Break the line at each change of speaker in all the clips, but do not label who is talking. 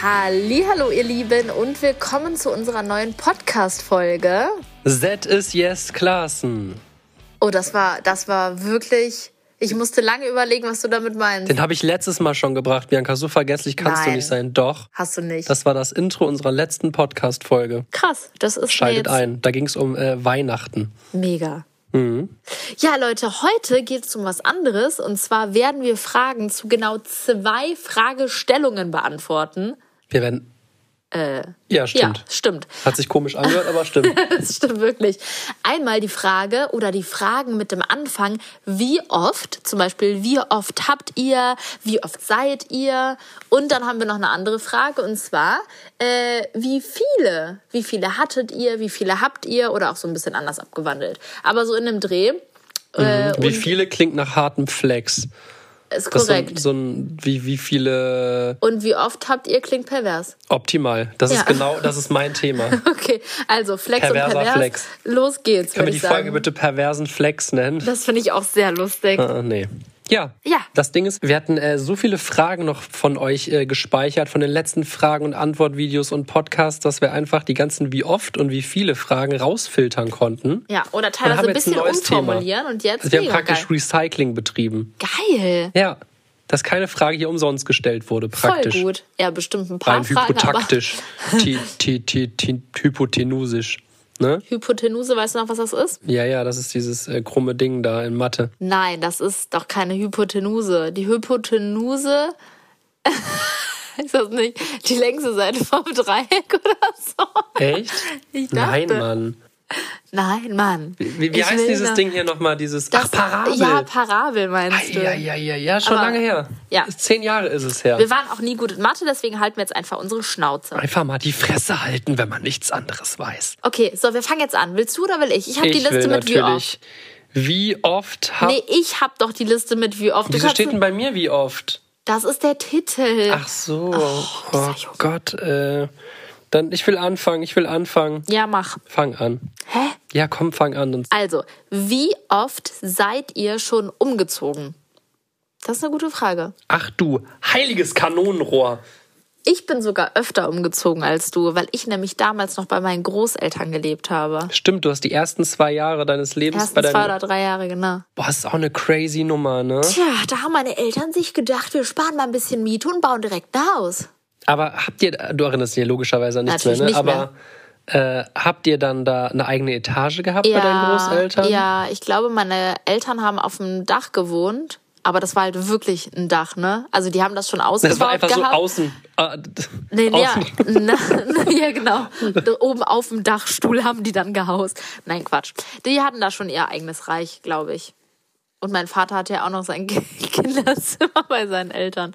Hallo, ihr Lieben und willkommen zu unserer neuen Podcast Folge.
That is yes Klassen.
Oh, das war das war wirklich ich musste lange überlegen, was du damit meinst.
Den habe ich letztes Mal schon gebracht, Bianca. So vergesslich kannst
Nein.
du nicht sein. Doch.
Hast du nicht.
Das war das Intro unserer letzten Podcast Folge.
Krass, das ist mir
Schaltet
jetzt
ein. Da ging es um äh, Weihnachten.
mega.
Mhm.
Ja, Leute, heute geht es um was anderes und zwar werden wir Fragen zu genau zwei Fragestellungen beantworten.
Wir werden. Äh, ja, stimmt.
Ja, stimmt.
Hat sich komisch angehört, aber stimmt.
Das stimmt wirklich. Einmal die Frage oder die Fragen mit dem Anfang, wie oft, zum Beispiel, wie oft habt ihr, wie oft seid ihr? Und dann haben wir noch eine andere Frage und zwar, äh, wie viele, wie viele hattet ihr, wie viele habt ihr oder auch so ein bisschen anders abgewandelt. Aber so in einem Dreh. Äh,
Wie
und
viele klingt nach hartem Flex?
ist
Das ist so, ein-
korrekt.
so ein, wie, wie viele
Und wie oft habt ihr klingt pervers.
optimal. Das
Ja.
ist genau, das ist mein Thema.
Okay, also Flex und
Perverser
pervers.
Flex.
Los geht's, würde
Können wir die
ich
Folge
sagen.
bitte perversen Flex nennen?
Das finde ich auch sehr lustig.
Äh, nee. Ja.
Ja.
Das Ding ist, wir hatten äh, so viele Fragen noch von euch äh, gespeichert, von den letzten Fragen und Antwortvideos und Podcasts, dass wir einfach die ganzen wie oft und wie viele Fragen rausfiltern konnten.
Ja, oder
Und haben
teilweise ein
jetzt ein
bisschen
neues
umformulieren
Thema.
und jetzt
Also wir haben
mega
praktisch
geil.
Recycling betrieben.
geil.
Ja. Dass keine Frage hier umsonst gestellt wurde, praktisch.
Voll gut. Ja, bestimmt ein paar
Rein
Fragen.
hypotaktisch, ti- ti- ti- ti- hypotenusisch. Ne?
Aber Hypotenuse, weißt du noch, was das ist?
Ja, ja, das ist dieses äh, krumme Ding da in Mathe.
Nein, das ist doch keine Hypotenuse. Die Hypotenuse ist das nicht die längste Seite vom Dreieck oder so?
Echt?
Ich
Nein,
dachte-
Mann.
Nein, Mann.
Wie, wie
Ich
heißt
will
dieses
da-
Ding hier nochmal? Dieses.
Das,
Ach, Parabel.
Ja, Parabel meinst du.
ja, ja, ja, ja, schon
Aber-
lange her.
Ja.
Zehn Jahre ist es her.
Wir waren auch nie gut in Mathe, deswegen halten wir jetzt einfach unsere Schnauze.
Einfach mal die Fresse halten, wenn man nichts anderes weiß.
Okay, so, wir fangen jetzt an. Willst du oder will ich? Ich habe die
ich will
Liste mit wie oft.
natürlich. Wie oft hab.
Nee, ich hab doch die Liste mit wie oft. Du
Wieso
kannst,
steht denn bei mir wie oft?
das ist der Titel.
Ach so. Oh, Gott. Äh, dann, ich will anfangen, ich will anfangen.
Ja, mach.
Fang an.
Hä?
Ja, komm, fang an. Und
Also, wie oft seid ihr schon umgezogen? Das ist eine gute Frage.
Ach du, heiliges Kanonenrohr.
Ich bin sogar öfter umgezogen als du, weil ich nämlich damals noch bei meinen Großeltern gelebt habe.
Stimmt, du hast die ersten zwei Jahre deines Lebens
Ersten
bei deinen.
zwei oder drei Jahre, genau.
Boah, das ist auch eine crazy Nummer, ne?
Tja, da haben meine Eltern sich gedacht, wir sparen mal ein bisschen Miete und bauen direkt ein Haus.
Aber habt ihr, du erinnerst dich ja logischerweise an nichts
Natürlich
mehr, ne?
nicht
Aber äh, habt ihr dann da eine eigene Etage gehabt bei deinen Großeltern?
Ja, ich glaube, meine Eltern haben auf dem Dach gewohnt, aber das war halt wirklich ein Dach, ne? Also die haben das schon ausgebaut
Das war einfach
gehabt.
so außen. Äh,
Nee, nee, ja,
außen.
na, ja, genau. Da Oben auf dem Dachstuhl haben die dann gehaust. Nein, Quatsch. Die hatten da schon ihr eigenes Reich, glaube ich. Und mein Vater hatte ja auch noch sein Kinderzimmer bei seinen Eltern.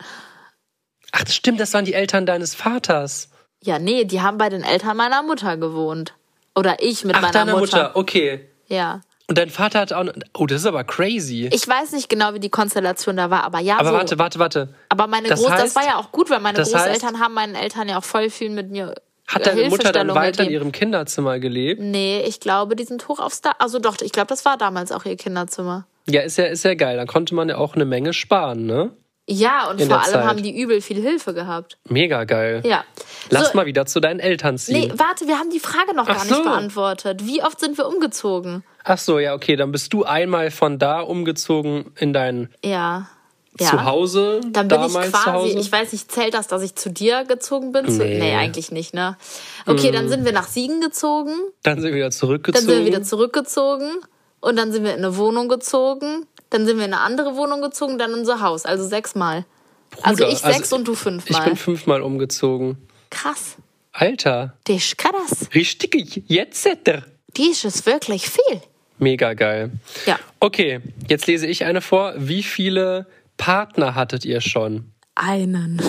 Ach, das stimmt, das waren die Eltern deines Vaters.
Ja, nee, die haben bei den Eltern meiner Mutter gewohnt. Oder ich mit
Ach,
meiner
deiner
Mutter.
Mutter. okay.
Ja.
Und dein Vater hat auch. noch- Oh, das ist aber crazy.
Ich weiß nicht genau, wie die Konstellation da war, aber ja,
aber
so.
warte, warte, warte.
Aber meine
Das
Groß das
heißt-
war ja auch gut, weil meine
das heißt-
Großeltern haben meinen Eltern ja auch voll viel mit mir.
Hat deine Mutter dann
Hilfestellung
weiter in
gegeben.
ihrem Kinderzimmer gelebt?
Nee, ich glaube, die sind hoch aufs Dach. Also doch, ich glaube, das war damals auch ihr Kinderzimmer.
Ja, ist ja, ist ja geil. Da konnte man ja auch eine Menge sparen, ne?
Ja, und
In
vor
der
allem
Zeit.
haben die übel viel Hilfe gehabt.
Mega geil.
Ja.
Lass
so,
mal wieder zu deinen Eltern ziehen.
Nee, warte, wir haben die Frage noch
Ach
gar nicht
so.
beantwortet. Wie oft sind wir umgezogen?
Ach so, ja, okay. Dann bist du einmal von da umgezogen in dein
Ja. ja.
Zuhause,
Dann bin
damals
ich
zu
quasi,
Hause.
ich weiß nicht, zählt das, dass ich zu dir gezogen bin? Zu,
Nee. Mm.
nee, eigentlich nicht, ne? Okay, dann sind wir nach Siegen gezogen,
dann sind wir wieder
dann
zurückgezogen.
sind wir wieder zurückgezogen und dann sind wir in eine Wohnung gezogen, dann sind wir in eine andere Wohnung gezogen, dann in unser Haus, also sechsmal. also
Bruder,
ich sechs
also
und du
ich
fünfmal.
bin fünfmal umgezogen.
Krass.
Alter,
Das ist krass.
richtig, jetzt hätte.
Das ist wirklich viel.
Mega geil.
Ja.
Okay, jetzt lese ich eine vor. Wie viele Partner hattet ihr schon?
Einen.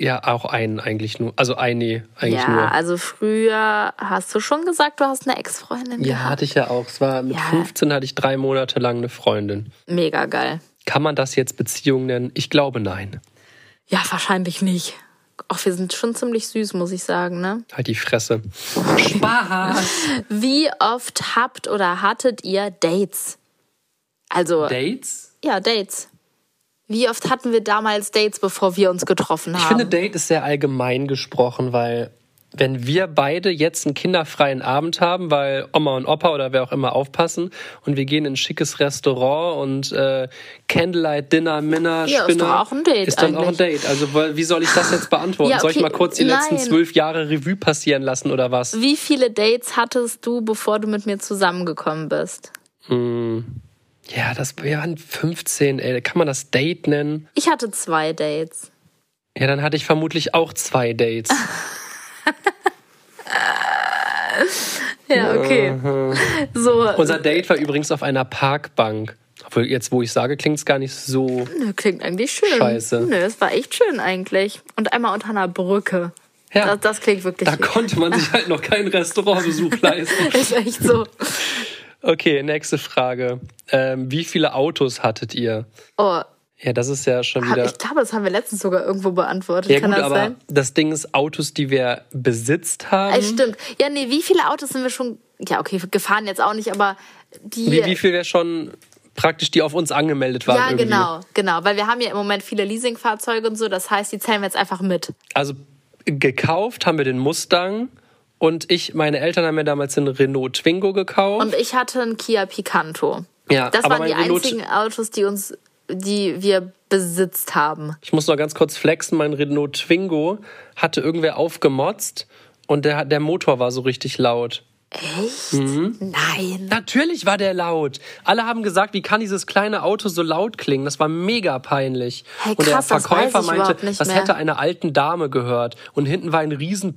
Ja, auch einen eigentlich nur. Also ein, nee, eigentlich
Ja,
nur.
also früher hast du schon gesagt, du hast eine Ex-Freundin
Ja,
gehabt.
hatte ich ja auch. Es war mit
Ja.
15 hatte ich drei Monate lang eine Freundin.
Mega geil.
Kann man das jetzt Beziehung nennen? Ich glaube nein.
Ja, wahrscheinlich nicht. Auch wir sind schon ziemlich süß, muss ich sagen, ne?
Halt die Fresse. Spaß.
Wie oft habt oder hattet ihr Dates? Also,
Dates?
ja, Dates. Wie oft hatten wir damals Dates, bevor wir uns getroffen haben?
Ich finde, Date ist sehr allgemein gesprochen, weil wenn wir beide jetzt einen kinderfreien Abend haben, weil Oma und Opa oder wer auch immer aufpassen und wir gehen in ein schickes Restaurant und äh, Candlelight Dinner, Minner,
Ja, ist
Spinner,
doch auch ein Date
ist dann auch ein
eigentlich.
Date. Also weil- wie soll ich das jetzt beantworten?
Ja,
Soll ich
okay,
mal kurz die letzten
nein.
zwölf Jahre Revue passieren lassen oder was?
Wie viele Dates hattest du, bevor du mit mir zusammengekommen bist?
Ja, das wir waren 15. Ey. Kann man das Date nennen?
Ich hatte zwei Dates.
Ja, dann hatte ich vermutlich auch zwei Dates.
Ja, okay. So,
Mhm. Unser Date war übrigens auf einer Parkbank. Obwohl jetzt, wo ich sage, klingt es gar nicht so.
nö, ne, klingt eigentlich schön.
Scheiße.
Nö, es war echt schön eigentlich. Und einmal unter einer Brücke.
Ja.
Das, das klingt wirklich
Da konnte man sich halt noch keinen Restaurantbesuch leisten.
ist echt so.
Okay, nächste Frage. Ähm, wie viele Autos hattet ihr?
Oh,
Ja, das ist ja schon
hab,
wieder.
ich glaube, das haben wir letztens sogar irgendwo beantwortet.
Ja,
Kann
gut,
das
aber
sein?
das Ding ist, Autos, die wir besitzt haben.
Äh, stimmt. Ja, nee, wie viele Autos sind wir schon? Ja, okay, gefahren jetzt auch nicht, aber die.
wie, wie viel wir schon praktisch die auf uns angemeldet waren?
ja,
irgendwie.
genau, genau. Weil wir haben ja im Moment viele Leasingfahrzeuge und so, das heißt, die zählen wir jetzt einfach mit.
Also gekauft haben wir den Mustang und ich, meine Eltern haben mir damals den Renault Twingo gekauft.
Und ich hatte einen Kia Picanto.
Ja,
das
aber
waren die
mein Renault-
einzigen Autos, die uns, die wir besitzt haben.
Ich muss noch ganz kurz flexen, mein Renault Twingo hatte irgendwer aufgemotzt und der, der Motor war so richtig laut.
Echt? Mhm.
Mhm.
Nein.
Natürlich war der laut. Alle haben gesagt, wie kann dieses kleine Auto so laut klingen? Das war mega peinlich.
Hey,
und der
krass, das weiß
Verkäufer
ich
meinte,
überhaupt nicht
das
mehr.
hätte einer alten Dame gehört. Und hinten war ein riesen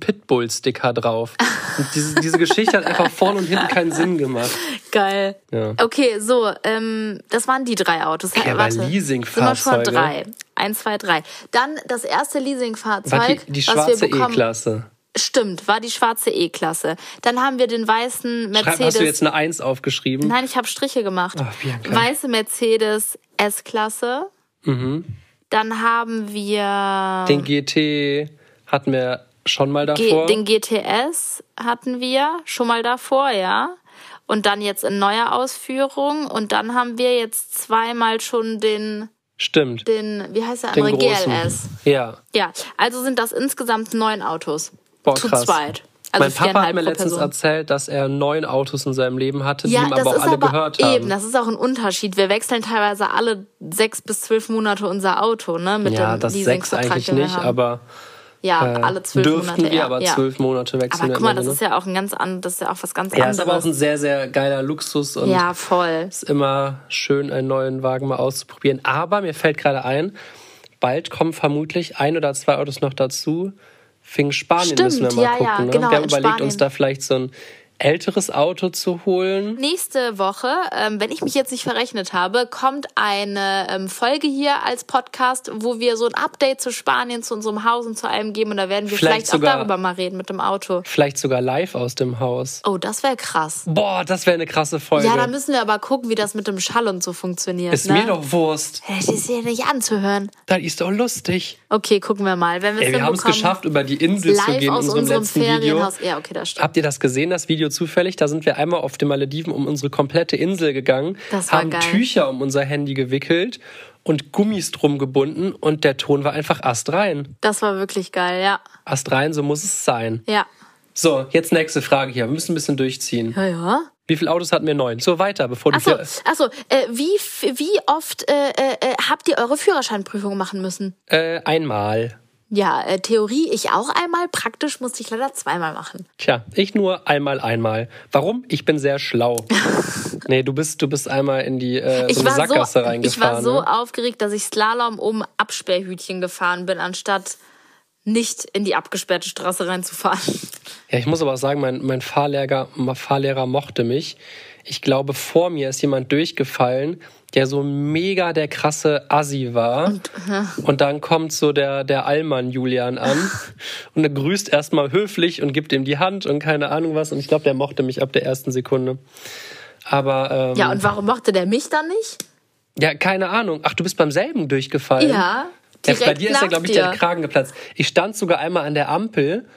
Pitbull-Sticker drauf. Und diese, diese Geschichte hat einfach vorne und hinten keinen Sinn gemacht.
Geil.
Ja.
Okay, so, ähm, das waren die drei Autos.
Okay, aber
sind wir schon
Leasingfahrzeuge?
drei. Eins, zwei, drei. Dann das erste
War die,
Leasingfahrzeug,
die
was
schwarze
wir bekommen
E-Klasse.
Stimmt, war die schwarze E-Klasse. Dann haben wir den weißen
Schreib-
Mercedes.
Hast du jetzt eine Eins aufgeschrieben?
Nein, ich habe Striche gemacht.
Ach, Bianca.
Weiße Mercedes S-Klasse.
Mhm.
Dann haben wir
Den GT hatten wir schon mal
G
davor.
den GTS hatten wir schon mal davor, ja. Und dann jetzt in neuer Ausführung. Und dann haben wir jetzt zweimal schon den,
Stimmt.
den wie heißt der
Den
andere? GLS.
Ja.
Ja, also sind das insgesamt neun Autos.
Boah,
Zu
krass.
zweit. Also
mein Papa hat
viereinhalb
mir
pro
letztens
Person.
erzählt, dass er neun Autos in seinem Leben hatte, die ihm aber auch
ist
alle gehört
eben,
haben.
das ist auch ein Unterschied. Wir wechseln teilweise alle sechs bis zwölf Monate unser Auto, ne? Mit
ja,
dem
das sechs
Leasingvertrag,
eigentlich
den wir
nicht,
haben.
aber
ja,
äh,
alle zwölf
dürften
Monate.
wir
ja,
aber
ja.
zwölf Monate wechseln.
Aber guck mal,
am Ende,
das ist ja auch ein ganz an, das ist ja auch was ganz
ne? ja,
anderes.
ist aber auch ein sehr, sehr geiler Luxus und
ja, voll.
ist immer schön, einen neuen Wagen mal auszuprobieren. Aber mir fällt gerade ein, bald kommen vermutlich ein oder zwei Autos noch dazu. Fing Spanien müssen wir
Stimmt,
mal
ja,
gucken.
ja,
ne?
genau,
wir haben
in
überlegt, uns
Spanien.
da vielleicht so ein älteres Auto zu holen.
Nächste Woche, ähm, wenn ich mich jetzt nicht verrechnet habe, kommt eine ähm, Folge hier als Podcast, wo wir so ein Update zu Spanien, zu unserem Haus und zu allem geben. Und da werden wir
Vielleicht
vielleicht,
sogar-
auch darüber mal reden mit dem Auto.
Vielleicht sogar live aus dem Haus.
Oh, das wäre krass.
Boah, das wäre eine krasse Folge.
Ja, da müssen wir aber gucken, wie das mit dem Schall und so funktioniert.
ist
ne?
mir doch Wurst.
Das ist hier nicht anzuhören.
Das ist doch lustig.
Okay, gucken wir mal. Wenn wir's
Ey, wir haben es
hinbekommen,
geschafft, über die Insel zu
Live
gehen in
aus
unserem,
unserem
letzten Video.
Ferienhaus. Ja, okay, das stimmt.
Habt ihr das gesehen, das Video zufällig? Da sind wir einmal auf den Malediven um unsere komplette Insel gegangen,
Das war
haben
geil.
Tücher um unser Handy gewickelt und Gummis drum gebunden und der Ton war einfach astrein.
Das war wirklich geil, ja.
Astrein, so muss es sein.
Ja.
So, jetzt nächste Frage hier. Wir müssen ein bisschen durchziehen.
Ja, ja.
Wie viele Autos hatten wir? Neun. So, weiter, bevor du
Achso,
hier...
achso äh, wie, f- wie oft äh, äh, äh, habt ihr eure Führerscheinprüfung machen müssen?
Äh, einmal.
Ja, äh, Theorie ich auch einmal, praktisch musste ich leider zweimal machen.
Tja, ich nur einmal einmal. Warum? Ich bin sehr schlau. nee, du bist, du bist einmal in die äh, so
Ich
eine
war
Sackgasse
so, ich
reingefahren.
war so
ne?
aufgeregt, dass ich Slalom um Absperrhütchen gefahren bin, anstatt nicht in die abgesperrte Straße reinzufahren.
Ja, ich muss aber auch sagen, mein, mein Fahrlehrer, mein Fahrlehrer mochte mich. Ich glaube, vor mir ist jemand durchgefallen, der so mega der krasse Assi war. Und, dann kommt so der, der Allmann Julian an und er grüßt erstmal höflich und gibt ihm die Hand und keine Ahnung was. Und ich glaube, der mochte mich ab der ersten Sekunde. Aber ähm,
Ja, und warum mochte der mich dann nicht?
Ja, keine Ahnung. Ach, du bist beim selben durchgefallen.
Ja,
ja
direkt
bei dir ist ja,
nach
glaube ich,
dir.
der Kragen geplatzt. Ich stand sogar einmal an der Ampel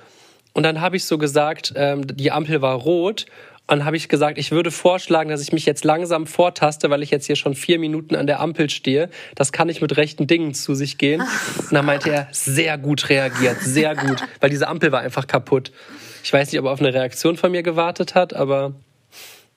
und dann habe ich so gesagt, ähm, die Ampel war rot. Und habe ich gesagt, ich würde vorschlagen, dass ich mich jetzt langsam vortaste, weil ich jetzt hier schon vier Minuten an der Ampel stehe. Das kann ich mit rechten Dingen zu sich gehen. Und dann meinte er, sehr gut reagiert, sehr gut, weil diese Ampel war einfach kaputt. Ich weiß nicht, ob er auf eine Reaktion von mir gewartet hat, aber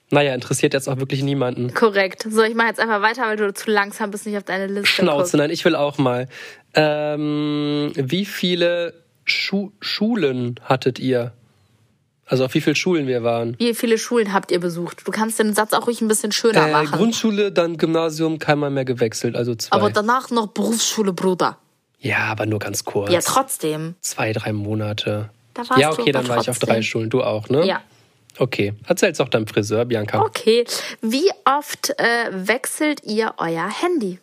naja, interessiert jetzt auch wirklich niemanden.
Korrekt. So, ich mache jetzt einfach weiter, weil du zu langsam bist, nicht auf deine Liste.
Schnauze,
guckst.
nein, ich will auch mal. Ähm, wie viele Schu Schulen hattet ihr? Also auf wie viele Schulen wir waren?
Wie viele Schulen habt ihr besucht? Du kannst den Satz auch ruhig ein bisschen schöner
Äh,
machen.
Grundschule, dann Gymnasium, keinmal mehr gewechselt, also zwei.
Aber danach noch Berufsschule, Bruder.
ja, aber nur ganz kurz.
Ja, trotzdem.
Zwei, drei Monate.
Da warst
ja,
du
okay,
aber
dann war ich auf
trotzdem.
drei Schulen. Du auch, ne?
Ja.
Okay. Erzähl's auch deinem Friseur, Bianca.
Okay. Wie oft äh, wechselt ihr euer Handy?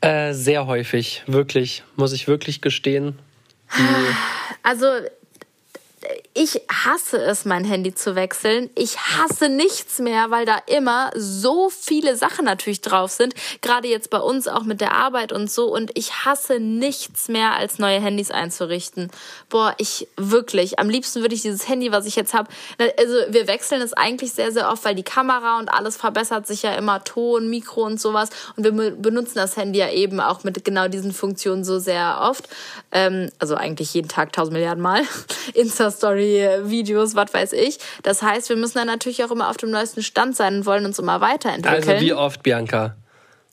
Äh, sehr häufig, wirklich. Muss ich wirklich gestehen.
Also ich hasse es, mein Handy zu wechseln. Ich hasse nichts mehr, weil da immer so viele Sachen natürlich drauf sind. Gerade jetzt bei uns auch mit der Arbeit und so. Und ich hasse nichts mehr, als neue Handys einzurichten. Boah, ich wirklich. Am liebsten würde ich dieses Handy, was ich jetzt habe. Also wir wechseln es eigentlich sehr, sehr oft, weil die Kamera und alles verbessert sich ja immer. Ton, Mikro und sowas. Und wir be- benutzen das Handy ja eben auch mit genau diesen Funktionen so sehr oft. Ähm, also eigentlich jeden Tag tausend Milliarden Mal. Insta-Story, äh, Videos, was weiß ich. Das heißt, wir müssen dann natürlich auch immer auf dem neuesten Stand sein und wollen uns immer weiterentwickeln.
Also wie oft, Bianca?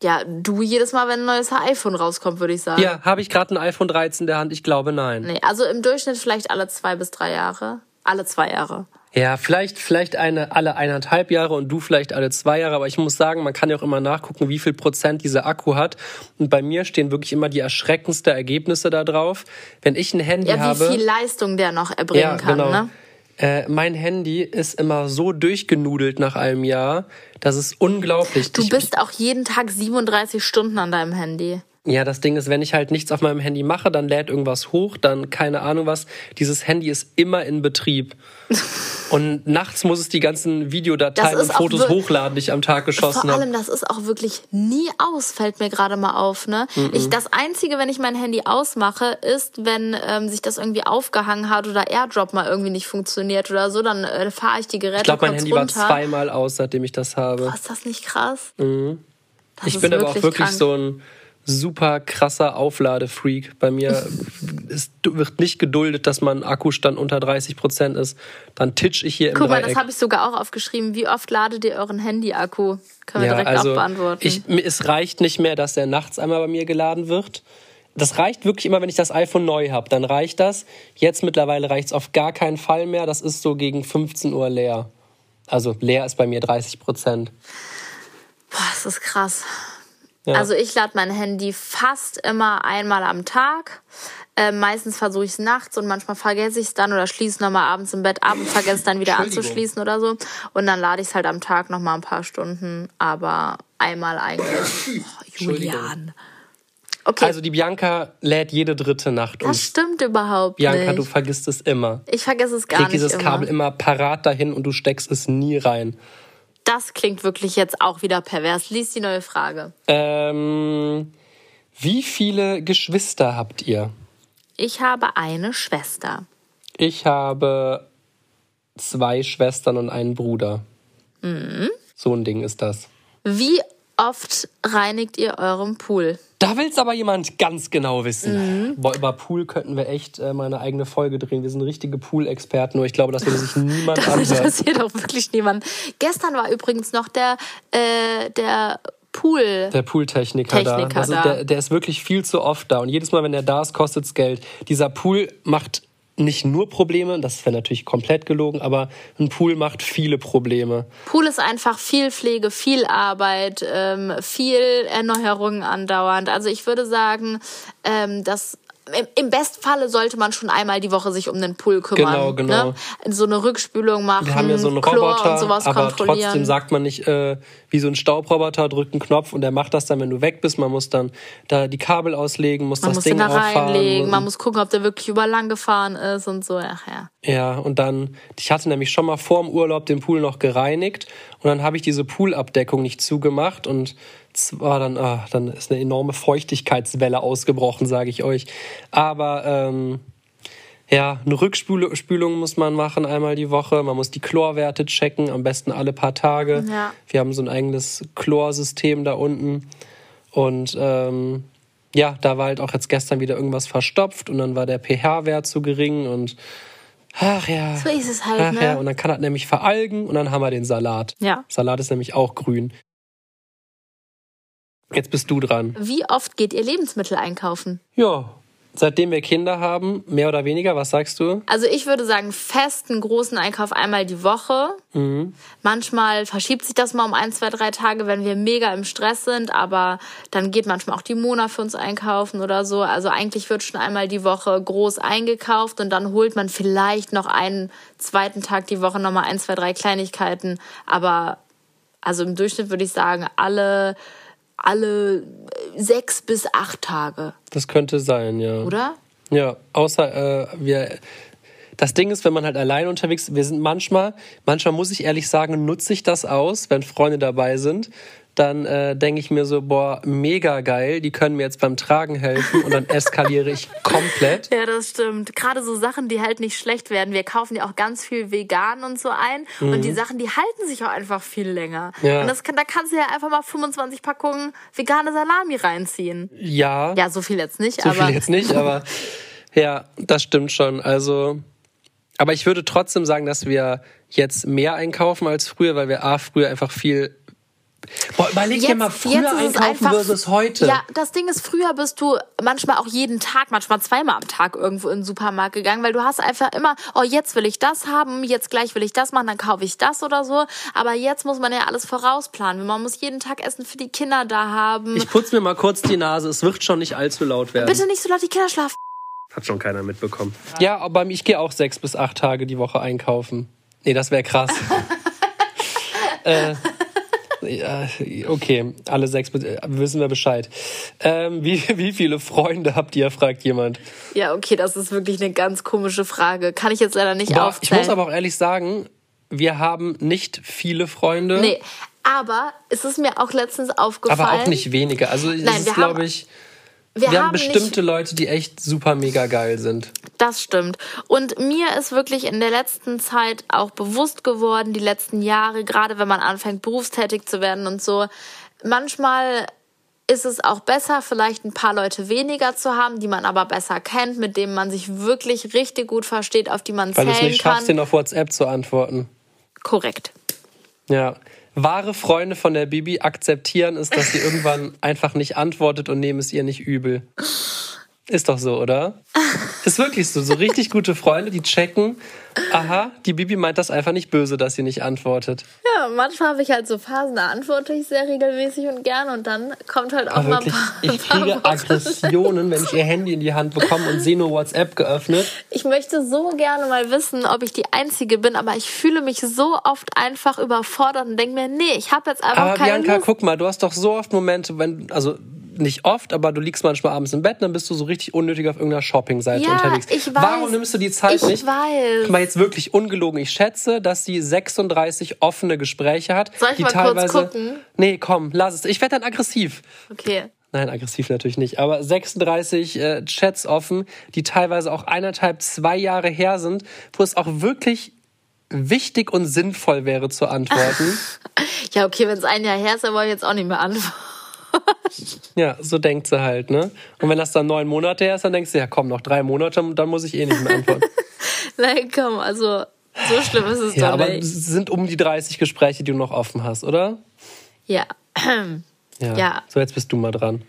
ja, du jedes Mal, wenn ein neues iPhone rauskommt, würde ich sagen.
Ja, habe ich gerade ein iPhone 13 in der Hand? Ich glaube, nein.
Nee, also im Durchschnitt vielleicht alle zwei bis drei Jahre. Alle zwei Jahre.
Ja, vielleicht, vielleicht eine, alle eineinhalb Jahre und du vielleicht alle zwei Jahre, aber ich muss sagen, man kann ja auch immer nachgucken, wie viel Prozent dieser Akku hat. Und bei mir stehen wirklich immer die erschreckendsten Ergebnisse da drauf. Wenn ich ein Handy
Ja, wie
habe.
viel Leistung der noch erbringen kann, ne?
Äh, mein Handy ist immer so durchgenudelt nach einem Jahr, das ist unglaublich.
Du
Ich-
bist auch jeden Tag 37 Stunden an deinem Handy.
Ja, das Ding ist, wenn ich halt nichts auf meinem Handy mache, dann lädt irgendwas hoch, dann keine Ahnung was. Dieses Handy ist immer in Betrieb. Und nachts muss es die ganzen Videodateien
Das ist
und Fotos
auch wir-
hochladen, die ich am Tag geschossen
Vor
habe.
allem, das ist auch wirklich nie aus, fällt mir gerade mal auf. Ne?
Mhm.
Ich, das Einzige, wenn ich mein Handy ausmache, ist, wenn ähm, sich das irgendwie aufgehangen hat oder Airdrop mal irgendwie nicht funktioniert oder so, dann äh, fahre ich die Geräte
Ich glaube, mein
kurz
Handy war
runter.
zweimal aus, seitdem ich das habe.
Boah, ist das nicht krass? Das
Mhm. ich
ist
bin aber auch wirklich
krank.
so ein super krasser Aufladefreak. Bei mir ist, wird nicht geduldet, dass mein Akkustand unter 30 Prozent ist. Dann titsch ich hier im
Guck mal,
Dreieck.
das habe ich sogar auch aufgeschrieben. Wie oft ladet ihr euren Handy-Akku? Können wir
ja,
direkt
also
auch beantworten.
Ich, mir- es reicht nicht mehr, dass der nachts einmal bei mir geladen wird. Das reicht wirklich immer, wenn ich das iPhone neu habe. Dann reicht das. Jetzt mittlerweile reicht es auf gar keinen Fall mehr. Das ist so gegen 15 Uhr leer. Also leer ist bei mir 30 Prozent.
Boah, das ist krass.
Ja.
Also ich lade mein Handy fast immer einmal am Tag. Ähm, meistens versuche ich es nachts und manchmal vergesse ich es dann oder schließe es nochmal abends im Bett ab und vergesse es dann wieder
Entschuldigung.
anzuschließen oder so. Und dann lade ich es halt am Tag nochmal ein paar Stunden, aber einmal eigentlich. Oh, Julian. Okay,
Also die Bianca lädt jede dritte Nacht.
das
Und
stimmt überhaupt
Bianca, du
nicht.
vergisst es immer.
Ich vergesse es gar
Leg
nicht
dieses
immer.
Kabel immer parat dahin und du steckst es nie rein.
Das klingt wirklich jetzt auch wieder pervers. Lies die neue Frage.
Ähm, wie viele Geschwister habt ihr?
Ich habe eine Schwester.
Ich habe zwei Schwestern und einen Bruder.
Mhm.
So ein Ding ist das.
Wie oft reinigt ihr euren Pool?
Da will's aber jemand ganz genau
Mhm.
wissen. Boah, über Pool könnten wir echt äh, mal eine eigene Folge drehen. Wir sind richtige Pool-Experten, nur ich glaube, das würde sich niemand
Das
anhören.
interessiert auch wirklich niemanden. Gestern war übrigens noch der, äh, der Pool.
Der Pooltechniker da.
Techniker
Das ist,
da.
Der, der ist wirklich viel zu oft da. Und jedes Mal, wenn der da ist, kostet's Geld. Dieser Pool macht nicht nur Probleme, das wäre natürlich komplett gelogen, aber ein Pool macht viele Probleme.
Pool ist einfach viel Pflege, viel Arbeit, ähm, viel Erneuerung andauernd. Also ich würde sagen, ähm, dass im- im Bestfalle sollte man schon einmal die Woche sich um den Pool kümmern.
Genau, genau.
Ne? So eine Rückspülung machen,
Wir haben ja so einen
Chlor
Roboter,
und sowas
aber
kontrollieren.
trotzdem sagt man nicht, äh, wie so ein Staubroboter, drückt einen Knopf und der macht das dann, wenn du weg bist. Man muss dann da die Kabel auslegen, muss
man
das
muss
Ding
den da
auffahren.
reinlegen,
und-
man muss gucken, ob der wirklich über lang gefahren ist und so. Ach ja.
ja, und dann, ich hatte nämlich schon mal vor dem Urlaub den Pool noch gereinigt und dann habe ich diese Poolabdeckung nicht zugemacht und zwar dann, ah, dann ist eine enorme Feuchtigkeitswelle ausgebrochen, sage ich euch. Aber ähm, Ja, eine Rückspülung muss man machen einmal die Woche. Man muss die Chlorwerte checken, am besten alle paar Tage.
Ja.
Wir haben so ein eigenes Chlorsystem da unten. Und ähm, ja, da war halt auch jetzt gestern wieder irgendwas verstopft und dann war der pH-Wert zu gering und ach ja.
So ist es halt,
ach
ne?
ja. Und dann kann das nämlich veralgen und dann haben wir den Salat.
Ja.
Salat ist nämlich auch grün. Jetzt bist du dran.
Wie oft geht ihr Lebensmittel einkaufen?
Ja, seitdem wir Kinder haben, mehr oder weniger, was sagst du?
Also ich würde sagen, fest einen großen Einkauf einmal die Woche. Manchmal verschiebt sich das mal um ein, zwei, drei Tage, wenn wir mega im Stress sind, aber dann geht manchmal auch die Mona für uns einkaufen oder so. Also eigentlich wird schon einmal die Woche groß eingekauft und dann holt man vielleicht noch einen zweiten Tag die Woche nochmal ein, zwei, drei Kleinigkeiten. Aber also im Durchschnitt würde ich sagen, alle, alle sechs bis acht Tage,
Das könnte sein, ja.
oder?
Ja, außer äh, wir. Das Ding ist, wenn man halt allein unterwegs ist, wir sind manchmal, manchmal muss ich ehrlich sagen, nutze ich das aus, wenn Freunde dabei sind. Dann äh, denke ich mir so, boah, mega geil, die können mir jetzt beim Tragen helfen und dann eskaliere ich komplett.
Ja, das stimmt. Gerade so Sachen, die halt nicht schlecht werden. Wir kaufen ja auch ganz viel vegan und so ein. Und die Sachen, die halten sich auch einfach viel länger.
Mhm. Ja.
Und das kann, da kannst du ja einfach mal 25 Packungen vegane Salami reinziehen.
Ja,
Ja, so viel jetzt nicht,
so
aber.
viel jetzt nicht, aber ja, das stimmt schon. Also, aber ich würde trotzdem sagen, dass wir jetzt mehr einkaufen als früher, weil wir A, früher einfach viel. Boah, überleg dir mal, früher
ist es
einkaufen versus heute.
Ja, das Ding ist, früher bist du manchmal auch jeden Tag, manchmal zweimal am Tag irgendwo in den Supermarkt gegangen, weil du hast einfach immer, oh, jetzt will ich das haben, jetzt gleich will ich das machen, dann kaufe ich das oder so. Aber jetzt muss man ja alles vorausplanen. Man muss jeden Tag Essen für die Kinder da haben.
Ich putze mir mal kurz die Nase, es wird schon nicht allzu laut werden.
Bitte nicht so laut, die Kinder schlafen.
Hat schon keiner mitbekommen. Ja, aber ich gehe auch sechs bis acht Tage die Woche einkaufen. Nee, das wäre krass. äh, ja, okay, alle sechs bis- äh, wissen wir Bescheid. Ähm, wie, wie viele Freunde habt ihr, fragt jemand.
Ja, okay, das ist wirklich eine ganz komische Frage. Kann ich jetzt leider nicht
Boah, ich
aufzählen.
muss aber auch ehrlich sagen, wir haben nicht viele Freunde,
nee, aber es ist mir auch letztens aufgefallen.
aber auch nicht wenige. Also
Nein,
es
wir
ist,
haben-
glaube ich,
Wir,
wir haben
haben nicht
bestimmte Leute, die echt super mega geil sind.
Das stimmt. Und mir ist wirklich in der letzten Zeit auch bewusst geworden, die letzten Jahre, gerade wenn man anfängt, berufstätig zu werden und so, manchmal ist es auch besser, vielleicht ein paar Leute weniger zu haben, die man aber besser kennt, mit denen man sich wirklich richtig gut versteht, auf die man
Weil du es
zählen
nicht schaffst,
kann.
denen auf WhatsApp zu antworten.
Korrekt.
Ja. Wahre Freunde von der Bibi akzeptieren es, dass sie irgendwann einfach nicht antwortet und nehmen es ihr nicht übel. Ist doch so, oder? Ist wirklich so. So richtig gute Freunde, die checken, aha, die Bibi meint das einfach nicht böse, dass sie nicht antwortet.
Ja, manchmal habe ich halt so Phasen, da antworte ich sehr regelmäßig und gerne und dann kommt halt auch
Aber
mal
wirklich,
ein paar,
ich kriege
paar Wochen.
Aggressionen, wenn ich ihr Handy in die Hand bekomme und sehe nur WhatsApp geöffnet.
Ich möchte so gerne mal wissen, ob ich die Einzige bin, aber ich fühle mich so oft einfach überfordert und denke mir, nee, ich habe jetzt einfach
Aber
keine
Bianca,
Lust.
guck mal, du hast doch so oft Momente, wenn, also nicht oft, aber du liegst manchmal abends im Bett, dann bist du so richtig unnötig auf irgendeiner Shoppingseite
Ja,
unterwegs.
ich weiß.
Warum nimmst du die Zeit
Ich
halt nicht?
weiß.
Guck mal, jetzt wirklich ungelogen. Ich schätze, dass sie 36 offene Gespräche hat.
Soll ich
die
mal kurz
teilweise.
gucken?
Nee, komm, lass es. Ich werde dann aggressiv.
Okay.
Nein, aggressiv natürlich nicht. Aber 36 äh, Chats offen, die teilweise auch eineinhalb, zwei Jahre her sind, wo es auch wirklich wichtig und sinnvoll wäre zu antworten.
Ja, okay, wenn es ein Jahr her ist, dann wollte ich jetzt auch nicht mehr antworten.
ja, so denkt sie halt, ne? Und wenn das dann neun Monate her ist, dann denkst du, ja komm, noch drei Monate, dann muss ich eh nicht mehr antworten.
Nein, komm, also so schlimm ist es
ja,
doch
aber
nicht.
es sind um die 30 Gespräche, die du noch offen hast, oder?
Ja. Ja.
So, jetzt bist du mal dran.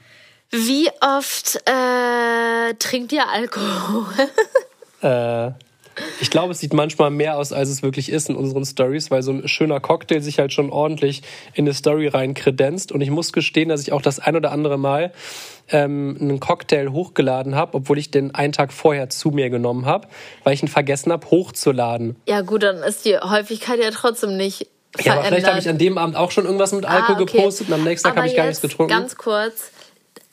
Wie oft äh, trinkt ihr Alkohol?
Äh, ich glaube, es sieht manchmal mehr aus, als es wirklich ist in unseren Stories, weil so ein schöner Cocktail sich halt schon ordentlich in eine Story rein kredenzt. Und ich muss gestehen, dass ich auch das ein oder andere Mal ähm, einen Cocktail hochgeladen habe, obwohl ich den einen Tag vorher zu mir genommen habe, weil ich ihn vergessen habe, hochzuladen.
ja, gut, dann ist die Häufigkeit ja trotzdem nicht
Ja, aber
verändert.
vielleicht habe ich an dem Abend auch schon irgendwas mit Alkohol
Ah, okay.
gepostet und am nächsten Tag
Aber
habe ich gar nichts
jetzt
getrunken.
Ganz kurz.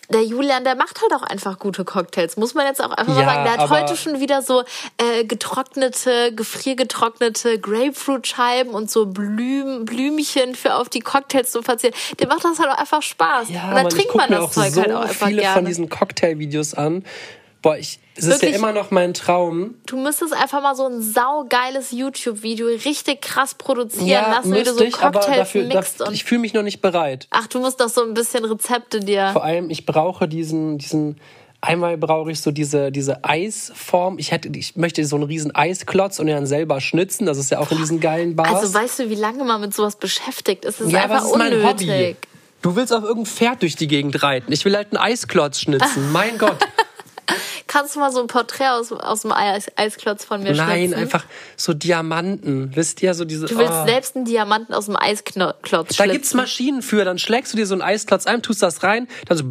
Der Julian, der macht halt auch einfach gute Cocktails, muss man jetzt auch einfach
Ja,
mal sagen. Der hat
aber-
heute schon wieder so äh, getrocknete, gefriergetrocknete Grapefruit-Scheiben und so Blüm, Blümchen für auf die Cocktails zu verzieren. Der macht das halt auch einfach Spaß.
Ja,
und dann
Mann, ich
trinkt
guck
man
mir
das
auch
Zeug
so
halt auch einfach
viele
gerne.
von diesen Cocktail-Videos an. Boah, ich, es ist ja
Wirklich?
immer noch mein Traum.
Du müsstest einfach mal so ein saugeiles YouTube-Video richtig krass produzieren lassen, wie du so
müsste ich, aber
Cocktails
dafür,
mixt
dafür,
und.
ich fühle mich noch nicht bereit.
Ach, du musst doch so ein bisschen Rezepte dir.
Vor allem, ich brauche diesen, diesen, einmal brauche ich so diese, diese Eisform. Ich hätte, ich möchte so einen riesen Eisklotz und dann selber schnitzen. Das ist ja auch in diesen geilen Bars.
Also weißt du, wie lange man mit sowas beschäftigt ist? Es ist
ja, aber
einfach
es ist mein Hobby.
unnötig.
Du willst auf irgendein Pferd durch die Gegend reiten. Ich will halt einen Eisklotz schnitzen. Mein Gott.
Kannst du mal so ein Porträt aus, aus dem Eis, Eisklotz von mir schnitzen?
Nein, einfach so Diamanten. Wisst ihr, so diese.
Du willst
oh.
selbst einen Diamanten aus dem Eisklotz
Da
schlitzen.
gibt's Maschinen für. Dann schlägst du dir so einen Eisklotz ein, tust das rein, dann so.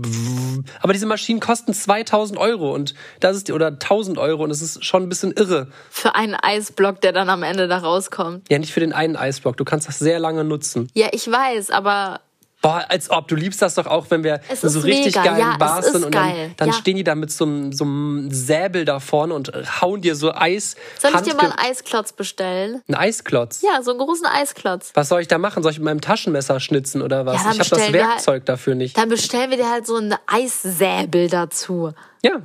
Aber diese Maschinen kosten 2000 Euro und das ist die, oder 1000 Euro und das ist schon ein bisschen irre.
Für einen Eisblock, der dann am Ende da rauskommt.
Ja, nicht für den einen Eisblock. Du kannst das sehr lange nutzen.
Ja, ich weiß, aber
Boah, als ob. Du liebst das doch auch, wenn wir
Es
in so
ist
richtig
mega.
geilen
Ja, es
Bars
ist
sind und
geil.
dann, dann
Ja.
stehen die da mit so einem, so einem Säbel da vorne und hauen dir so Eis.
soll ich dir mal einen
Handge-
Eisklotz bestellen?
einen Eisklotz?
Ja, so einen großen Eisklotz.
Was soll ich da machen? Soll ich mit meinem Taschenmesser schnitzen oder was?
Ja, dann
ich habe das
bestellen wir halt-
Werkzeug dafür nicht.
Dann bestellen wir dir halt so einen Eissäbel dazu.
Ja,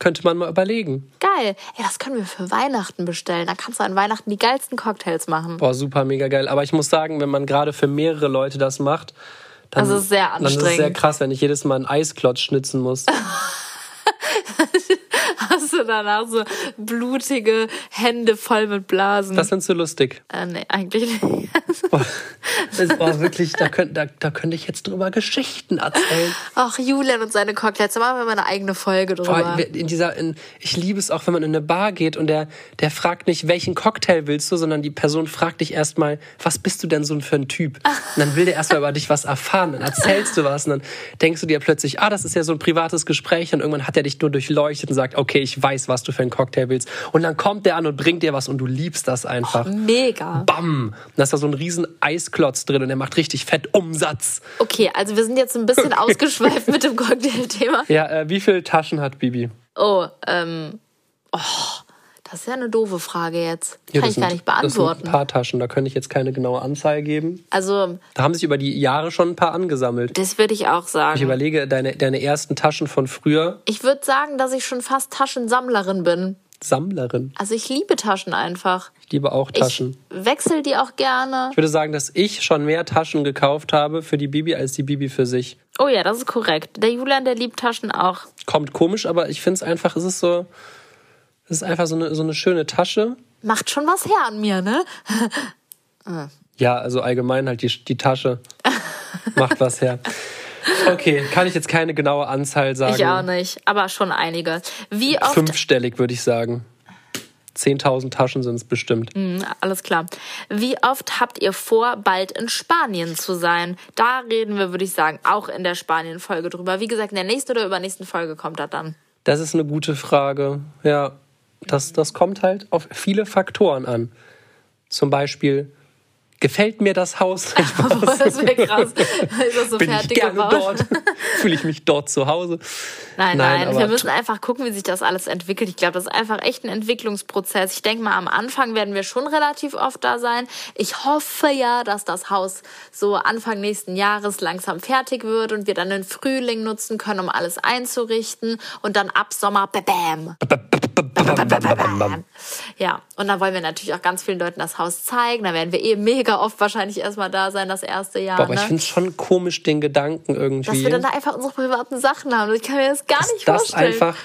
könnte man mal überlegen.
Geil. Ey, das können wir für Weihnachten bestellen. Dann kannst du an Weihnachten die geilsten Cocktails machen.
Boah, super, mega geil. Aber ich muss sagen, wenn man gerade für mehrere Leute das macht, dann,
Das ist sehr
Dann ist es sehr
anstrengend.
krass, wenn ich jedes Mal einen Eisklotz schnitzen muss.
Hast du danach so blutige Hände voll mit Blasen?
Das sind so lustig.
äh, nee, eigentlich nicht.
Boah, das war wirklich, da könnte da, da könnte ich jetzt drüber Geschichten erzählen.
Ach, Julian und seine Cocktails. Da machen wir mal eine eigene Folge
Boah,
drüber.
in dieser, in, ich liebe es auch, wenn man in eine Bar geht und der, der fragt nicht, welchen Cocktail willst du, sondern die Person fragt dich erstmal, was bist du denn so für ein Typ? Und dann will der erstmal über dich was erfahren, dann erzählst du was und dann denkst du dir plötzlich, ah, das ist ja so ein privates Gespräch und irgendwann hat er dich nur durchleuchtet und sagt, okay, ich weiß, was du für einen Cocktail willst. Und dann kommt der an und bringt dir was und du liebst das einfach.
Oh. Mega.
Bam! Und da ist da so ein riesen Eisklotz drin und der macht richtig fett Umsatz.
Okay, also wir sind jetzt ein bisschen ausgeschweift mit dem Cocktail-Thema.
Ja, äh, wie viele Taschen hat Bibi?
Oh, ähm, oh, das ist ja eine doofe Frage jetzt. Kann
Ja, das
ich gar
sind-
nicht
Das sind ein
beantworten.
paar Taschen, da könnte ich jetzt keine genaue Anzahl geben.
Also,
Da haben sich über die Jahre schon ein paar angesammelt.
das würde ich auch
Ich
sagen.
überlege, deine, deine ersten Taschen von früher,
Ich würde sagen, dass ich schon fast Taschensammlerin bin.
Sammlerin.
Also ich liebe Taschen einfach.
Ich liebe auch Taschen.
Ich wechsle die auch gerne.
Ich würde sagen, dass ich schon mehr Taschen gekauft habe für die Bibi als die Bibi für sich.
Oh ja, das ist korrekt. Der Julian, der liebt Taschen auch.
Kommt komisch, aber ich finde es einfach, es ist so, es ist einfach so eine, so eine schöne Tasche.
Macht schon was her an mir, ne?
Ja, also allgemein halt die, die Tasche macht was her. Okay, kann ich jetzt keine genaue Anzahl sagen.
Ich auch nicht, aber schon einige. Wie oft
Fünfstellig würde ich sagen. 10.000 Taschen sind es bestimmt.
Hm, Alles klar. Wie oft habt ihr vor, bald in Spanien zu sein? Da reden wir, würde ich sagen, auch in der Spanien-Folge drüber. Wie gesagt, in der nächsten oder übernächsten Folge kommt das dann.
Das ist eine gute Frage. Ja, das, das kommt halt auf viele Faktoren an. Zum Beispiel, gefällt mir das Haus?
Boah, das wäre krass. Ist das so
Bin ich
fertig
gerne
gebaut?
dort? Fühle ich mich dort zu Hause?
Nein, nein, wir
aber
müssen einfach gucken, wie sich das alles entwickelt. Ich glaube, das ist einfach echt ein Entwicklungsprozess. Ich denke mal, am Anfang werden wir schon relativ oft da sein. Ich hoffe ja, dass das Haus so Anfang nächsten Jahres langsam fertig wird und wir dann den Frühling nutzen können, um alles einzurichten und dann ab Sommer bam, bam. Ja, und dann wollen wir natürlich auch ganz vielen Leuten das Haus zeigen. Da werden wir eh mega oft wahrscheinlich erstmal da sein, das erste Jahr.
Boah, aber
ne?
ich finde es schon komisch, den Gedanken irgendwie.
dass wir dann da einfach unsere privaten Sachen haben. Ich kann mir das gar nicht
das
vorstellen.
einfach.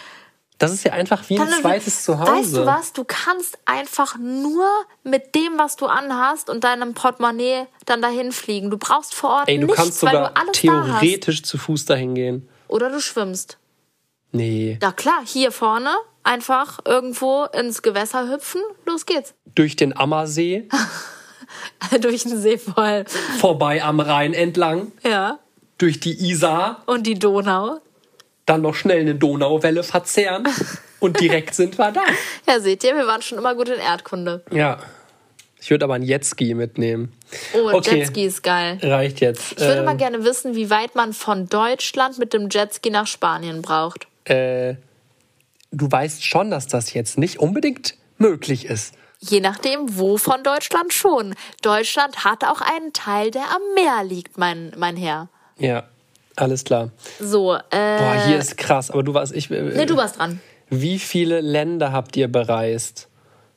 Das ist ja einfach wie ein
Dann-
zweites Zuhause.
Weißt du was? Du kannst einfach nur mit dem, was du anhast und deinem Portemonnaie dann dahin fliegen. Du brauchst vor Ort
Ey, du
nichts,
kannst sogar
weil du alles da hast.
theoretisch zu Fuß dahin gehen.
Oder du schwimmst.
Nee,
Na klar, hier vorne einfach irgendwo ins Gewässer hüpfen. Los geht's.
durch den Ammersee,
Durch den See voll.
vorbei am Rhein entlang,
Ja.
durch die Isar,
Und die Donau.
dann noch schnell eine Donauwelle verzehren und direkt sind wir da.
Ja, seht ihr, wir waren schon immer gut in Erdkunde.
Ja. Ich würde aber einen Jetski mitnehmen.
Oh,
Okay.
Jetski ist geil.
Reicht jetzt.
Ich würde mal
Ähm,
gerne wissen, wie weit man von Deutschland mit dem Jetski nach Spanien braucht.
äh, du weißt schon, dass das jetzt nicht unbedingt möglich ist.
Je nachdem, wo von Deutschland schon. Deutschland hat auch einen Teil, der am Meer liegt, mein, mein Herr.
Ja, alles klar.
So, äh.
Boah, hier ist krass, aber du warst ich äh,
Ne- nee, du warst dran.
Wie viele Länder habt ihr bereist?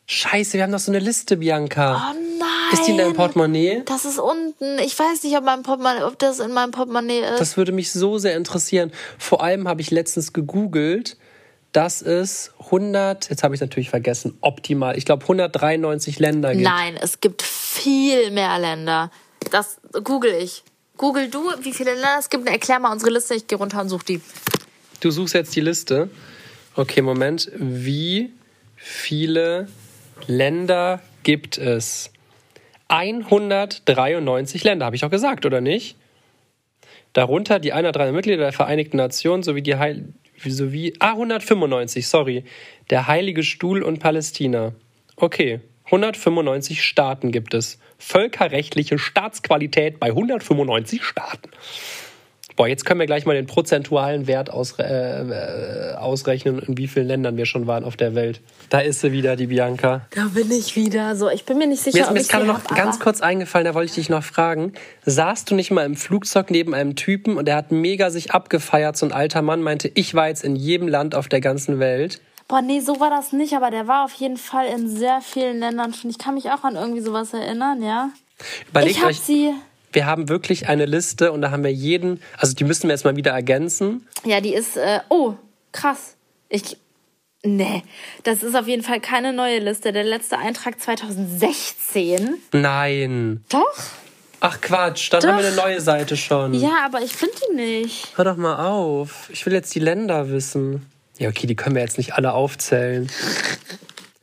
Scheiße, wir haben doch so eine Liste, Bianca.
Oh nein.
Ist die in deinem Portemonnaie?
Das ist unten. Ich weiß nicht, ob, mein Portemonnaie, ob das in meinem Portemonnaie ist.
Das würde mich so sehr interessieren. Vor allem habe ich letztens gegoogelt, dass es 100, jetzt habe ich es natürlich vergessen, optimal, ich glaube 193 Länder gibt.
Nein, es gibt viel mehr Länder. Das google ich. Google du, wie viele Länder es gibt. Erklär mal unsere Liste. Ich gehe runter und suche die.
Du suchst jetzt die Liste. Okay, Moment. Wie viele Länder gibt es? 193 Länder, habe ich auch gesagt, oder nicht? Darunter die 103 Mitglieder der Vereinigten Nationen sowie die Heil sowie ah 195, sorry, der Heilige Stuhl und Palästina. Okay, 195 Staaten gibt es. Völkerrechtliche Staatsqualität bei 195 Staaten. Boah, jetzt können wir gleich mal den prozentualen Wert ausre äh, äh, ausrechnen, in wie vielen Ländern wir schon waren auf der Welt. Da ist sie wieder, die Bianca.
Da bin ich wieder. So, ich bin mir nicht sicher,
Mir ist,
ob
mir
ich
ist gerade
sie
noch
hab,
ganz
aber-
kurz eingefallen, da wollte ich dich noch fragen. Saßt du nicht mal im Flugzeug neben einem Typen und er hat mega sich abgefeiert, so ein alter Mann meinte, ich war jetzt in jedem Land auf der ganzen Welt.
Boah, nee, so war das nicht, aber der war auf jeden Fall in sehr vielen Ländern schon. Ich kann mich auch an irgendwie sowas erinnern, ja.
Überlegt
ich hab
euch,
sie.
wir haben wirklich eine Liste und da haben wir jeden, also die müssen wir jetzt mal wieder ergänzen.
Ja, die ist. Äh, oh, krass. Ich. Nee, das ist auf jeden Fall keine neue Liste. Der letzte Eintrag 2016.
Nein.
Doch?
Ach Quatsch, dann haben wir eine neue Seite schon.
Ja, aber ich finde die nicht.
Hör doch mal auf. Ich will jetzt die Länder wissen. Ja, okay, die können wir jetzt nicht alle aufzählen.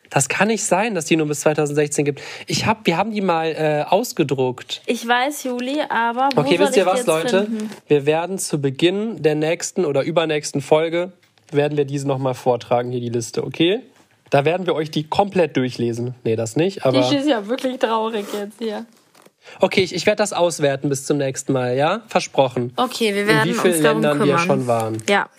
Das kann nicht sein, dass die nur bis 2016 gibt. Ich hab, wir haben die mal äh, ausgedruckt.
Ich weiß, Juli, aber. Wo
Okay,
soll
wisst
ich
ihr
die
was,
jetzt
Leute?
Finden?
Wir werden zu Beginn der nächsten oder übernächsten Folge, werden wir diese nochmal vortragen, hier die Liste, okay? Da werden wir euch die komplett durchlesen. Nee, das nicht,
Die
aber...
ist ja wirklich traurig jetzt hier.
Okay, ich, ich werde das auswerten bis zum nächsten Mal, ja? Versprochen.
Okay, wir werden
In wie vielen
uns darum
Ländern
kümmern.
wir schon waren.
Ja.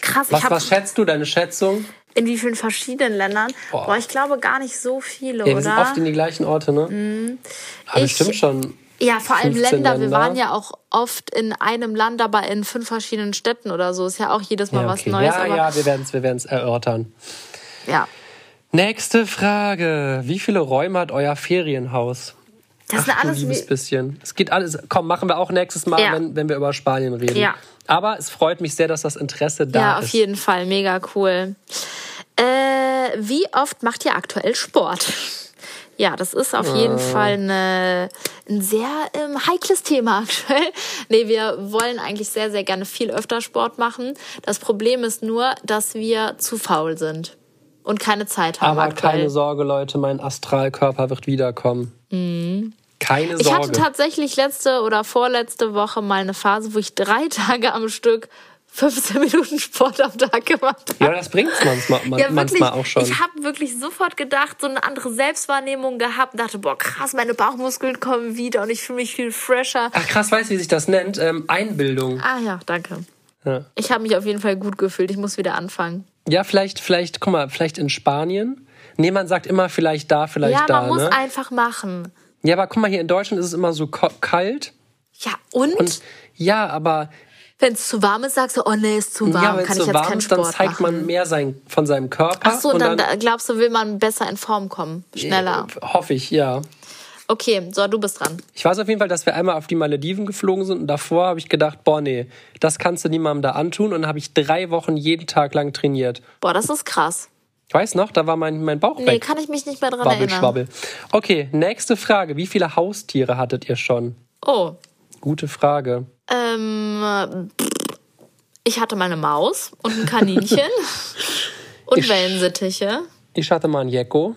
Krass,
Was,
ich habe
was schätzt du, deine Schätzung?
in wie vielen verschiedenen Ländern?
Boah.
Boah, ich glaube gar nicht so viele,
Ja, wir sind
oder? Mhm.
oft in die gleichen Orte, ne? Aber
Ich-
bestimmt schon.
Ja, vor allem
15
Länder. Wir
Länder.
waren ja auch oft in einem Land, aber in fünf verschiedenen Städten oder so. Ist ja auch jedes Mal
Ja,
was
okay.
Neues.
ja,
aber,
ja, wir werden es wir werden's erörtern.
ja.
Nächste Frage. Wie viele Räume hat euer Ferienhaus?
Das sind
Ach, du
alles
liebes
wie-
bisschen. Es geht alles. Komm, machen wir auch nächstes Mal,
Ja.
wenn, wenn wir über Spanien reden.
Ja.
Aber es freut mich sehr, dass das Interesse da
Ja,
ist.
auf jeden Fall. Mega cool. Äh, wie oft macht ihr aktuell Sport? Ja, das ist
Äh.
auf jeden Fall eine, ein sehr ähm, heikles Thema aktuell. Nee, wir wollen eigentlich sehr, sehr gerne viel öfter Sport machen. Das Problem ist nur, dass wir zu faul sind und keine Zeit haben
Aber
aktuell.
keine Sorge, Leute, mein Astralkörper wird wiederkommen. Keine
Mhm. Ich hatte
Sorge.
tatsächlich letzte oder vorletzte Woche mal eine Phase, wo ich drei Tage am Stück 15 Minuten Sport am Tag gemacht habe.
ja, das bringt es manchmal, man, manchmal auch schon.
Ich habe wirklich sofort gedacht, so eine andere Selbstwahrnehmung gehabt, dachte, boah, krass, meine Bauchmuskeln kommen wieder und ich fühle mich viel fresher.
Ach krass, weißt du, wie sich das nennt? Ähm, Einbildung.
Ah ja, danke.
Ja.
Ich habe mich auf jeden Fall gut gefühlt. Ich muss wieder anfangen.
Ja, vielleicht, vielleicht, guck mal, vielleicht in Spanien. Nee, man sagt immer vielleicht da, vielleicht
ja,
da.
man muss
ne?
einfach machen.
ja, aber guck mal, hier in Deutschland ist es immer so ko- kalt.
Ja, und,
Und ja, aber
wenn es zu warm ist, sagst du, oh nee, ist zu warm,
ja, wenn
kann
es
ich
so
jetzt
warm
keinen
ist, dann
Sport
zeigt
machen.
man mehr sein, von seinem Körper.
Ach so, und dann, äh, glaubst du, will man besser in Form kommen, schneller.
äh, Hoffe ich, ja.
Okay, so, du bist dran.
Ich weiß auf jeden Fall, dass wir einmal auf die Malediven geflogen sind und davor habe ich gedacht, boah, nee, das kannst du niemandem da antun. Und dann habe ich drei Wochen jeden Tag lang trainiert.
Boah, das ist krass.
Ich weiß noch, da war mein, mein Bauch
Nee,
weg.
kann ich mich nicht mehr dran
Wabbel,
erinnern.
schwabbel. Okay, nächste Frage. Wie viele Haustiere hattet ihr schon?
Oh,
Gute Frage.
ähm, ich hatte mal eine Maus und ein Kaninchen und
Ich-
Wellensittiche.
Ich hatte mal einen Jekko.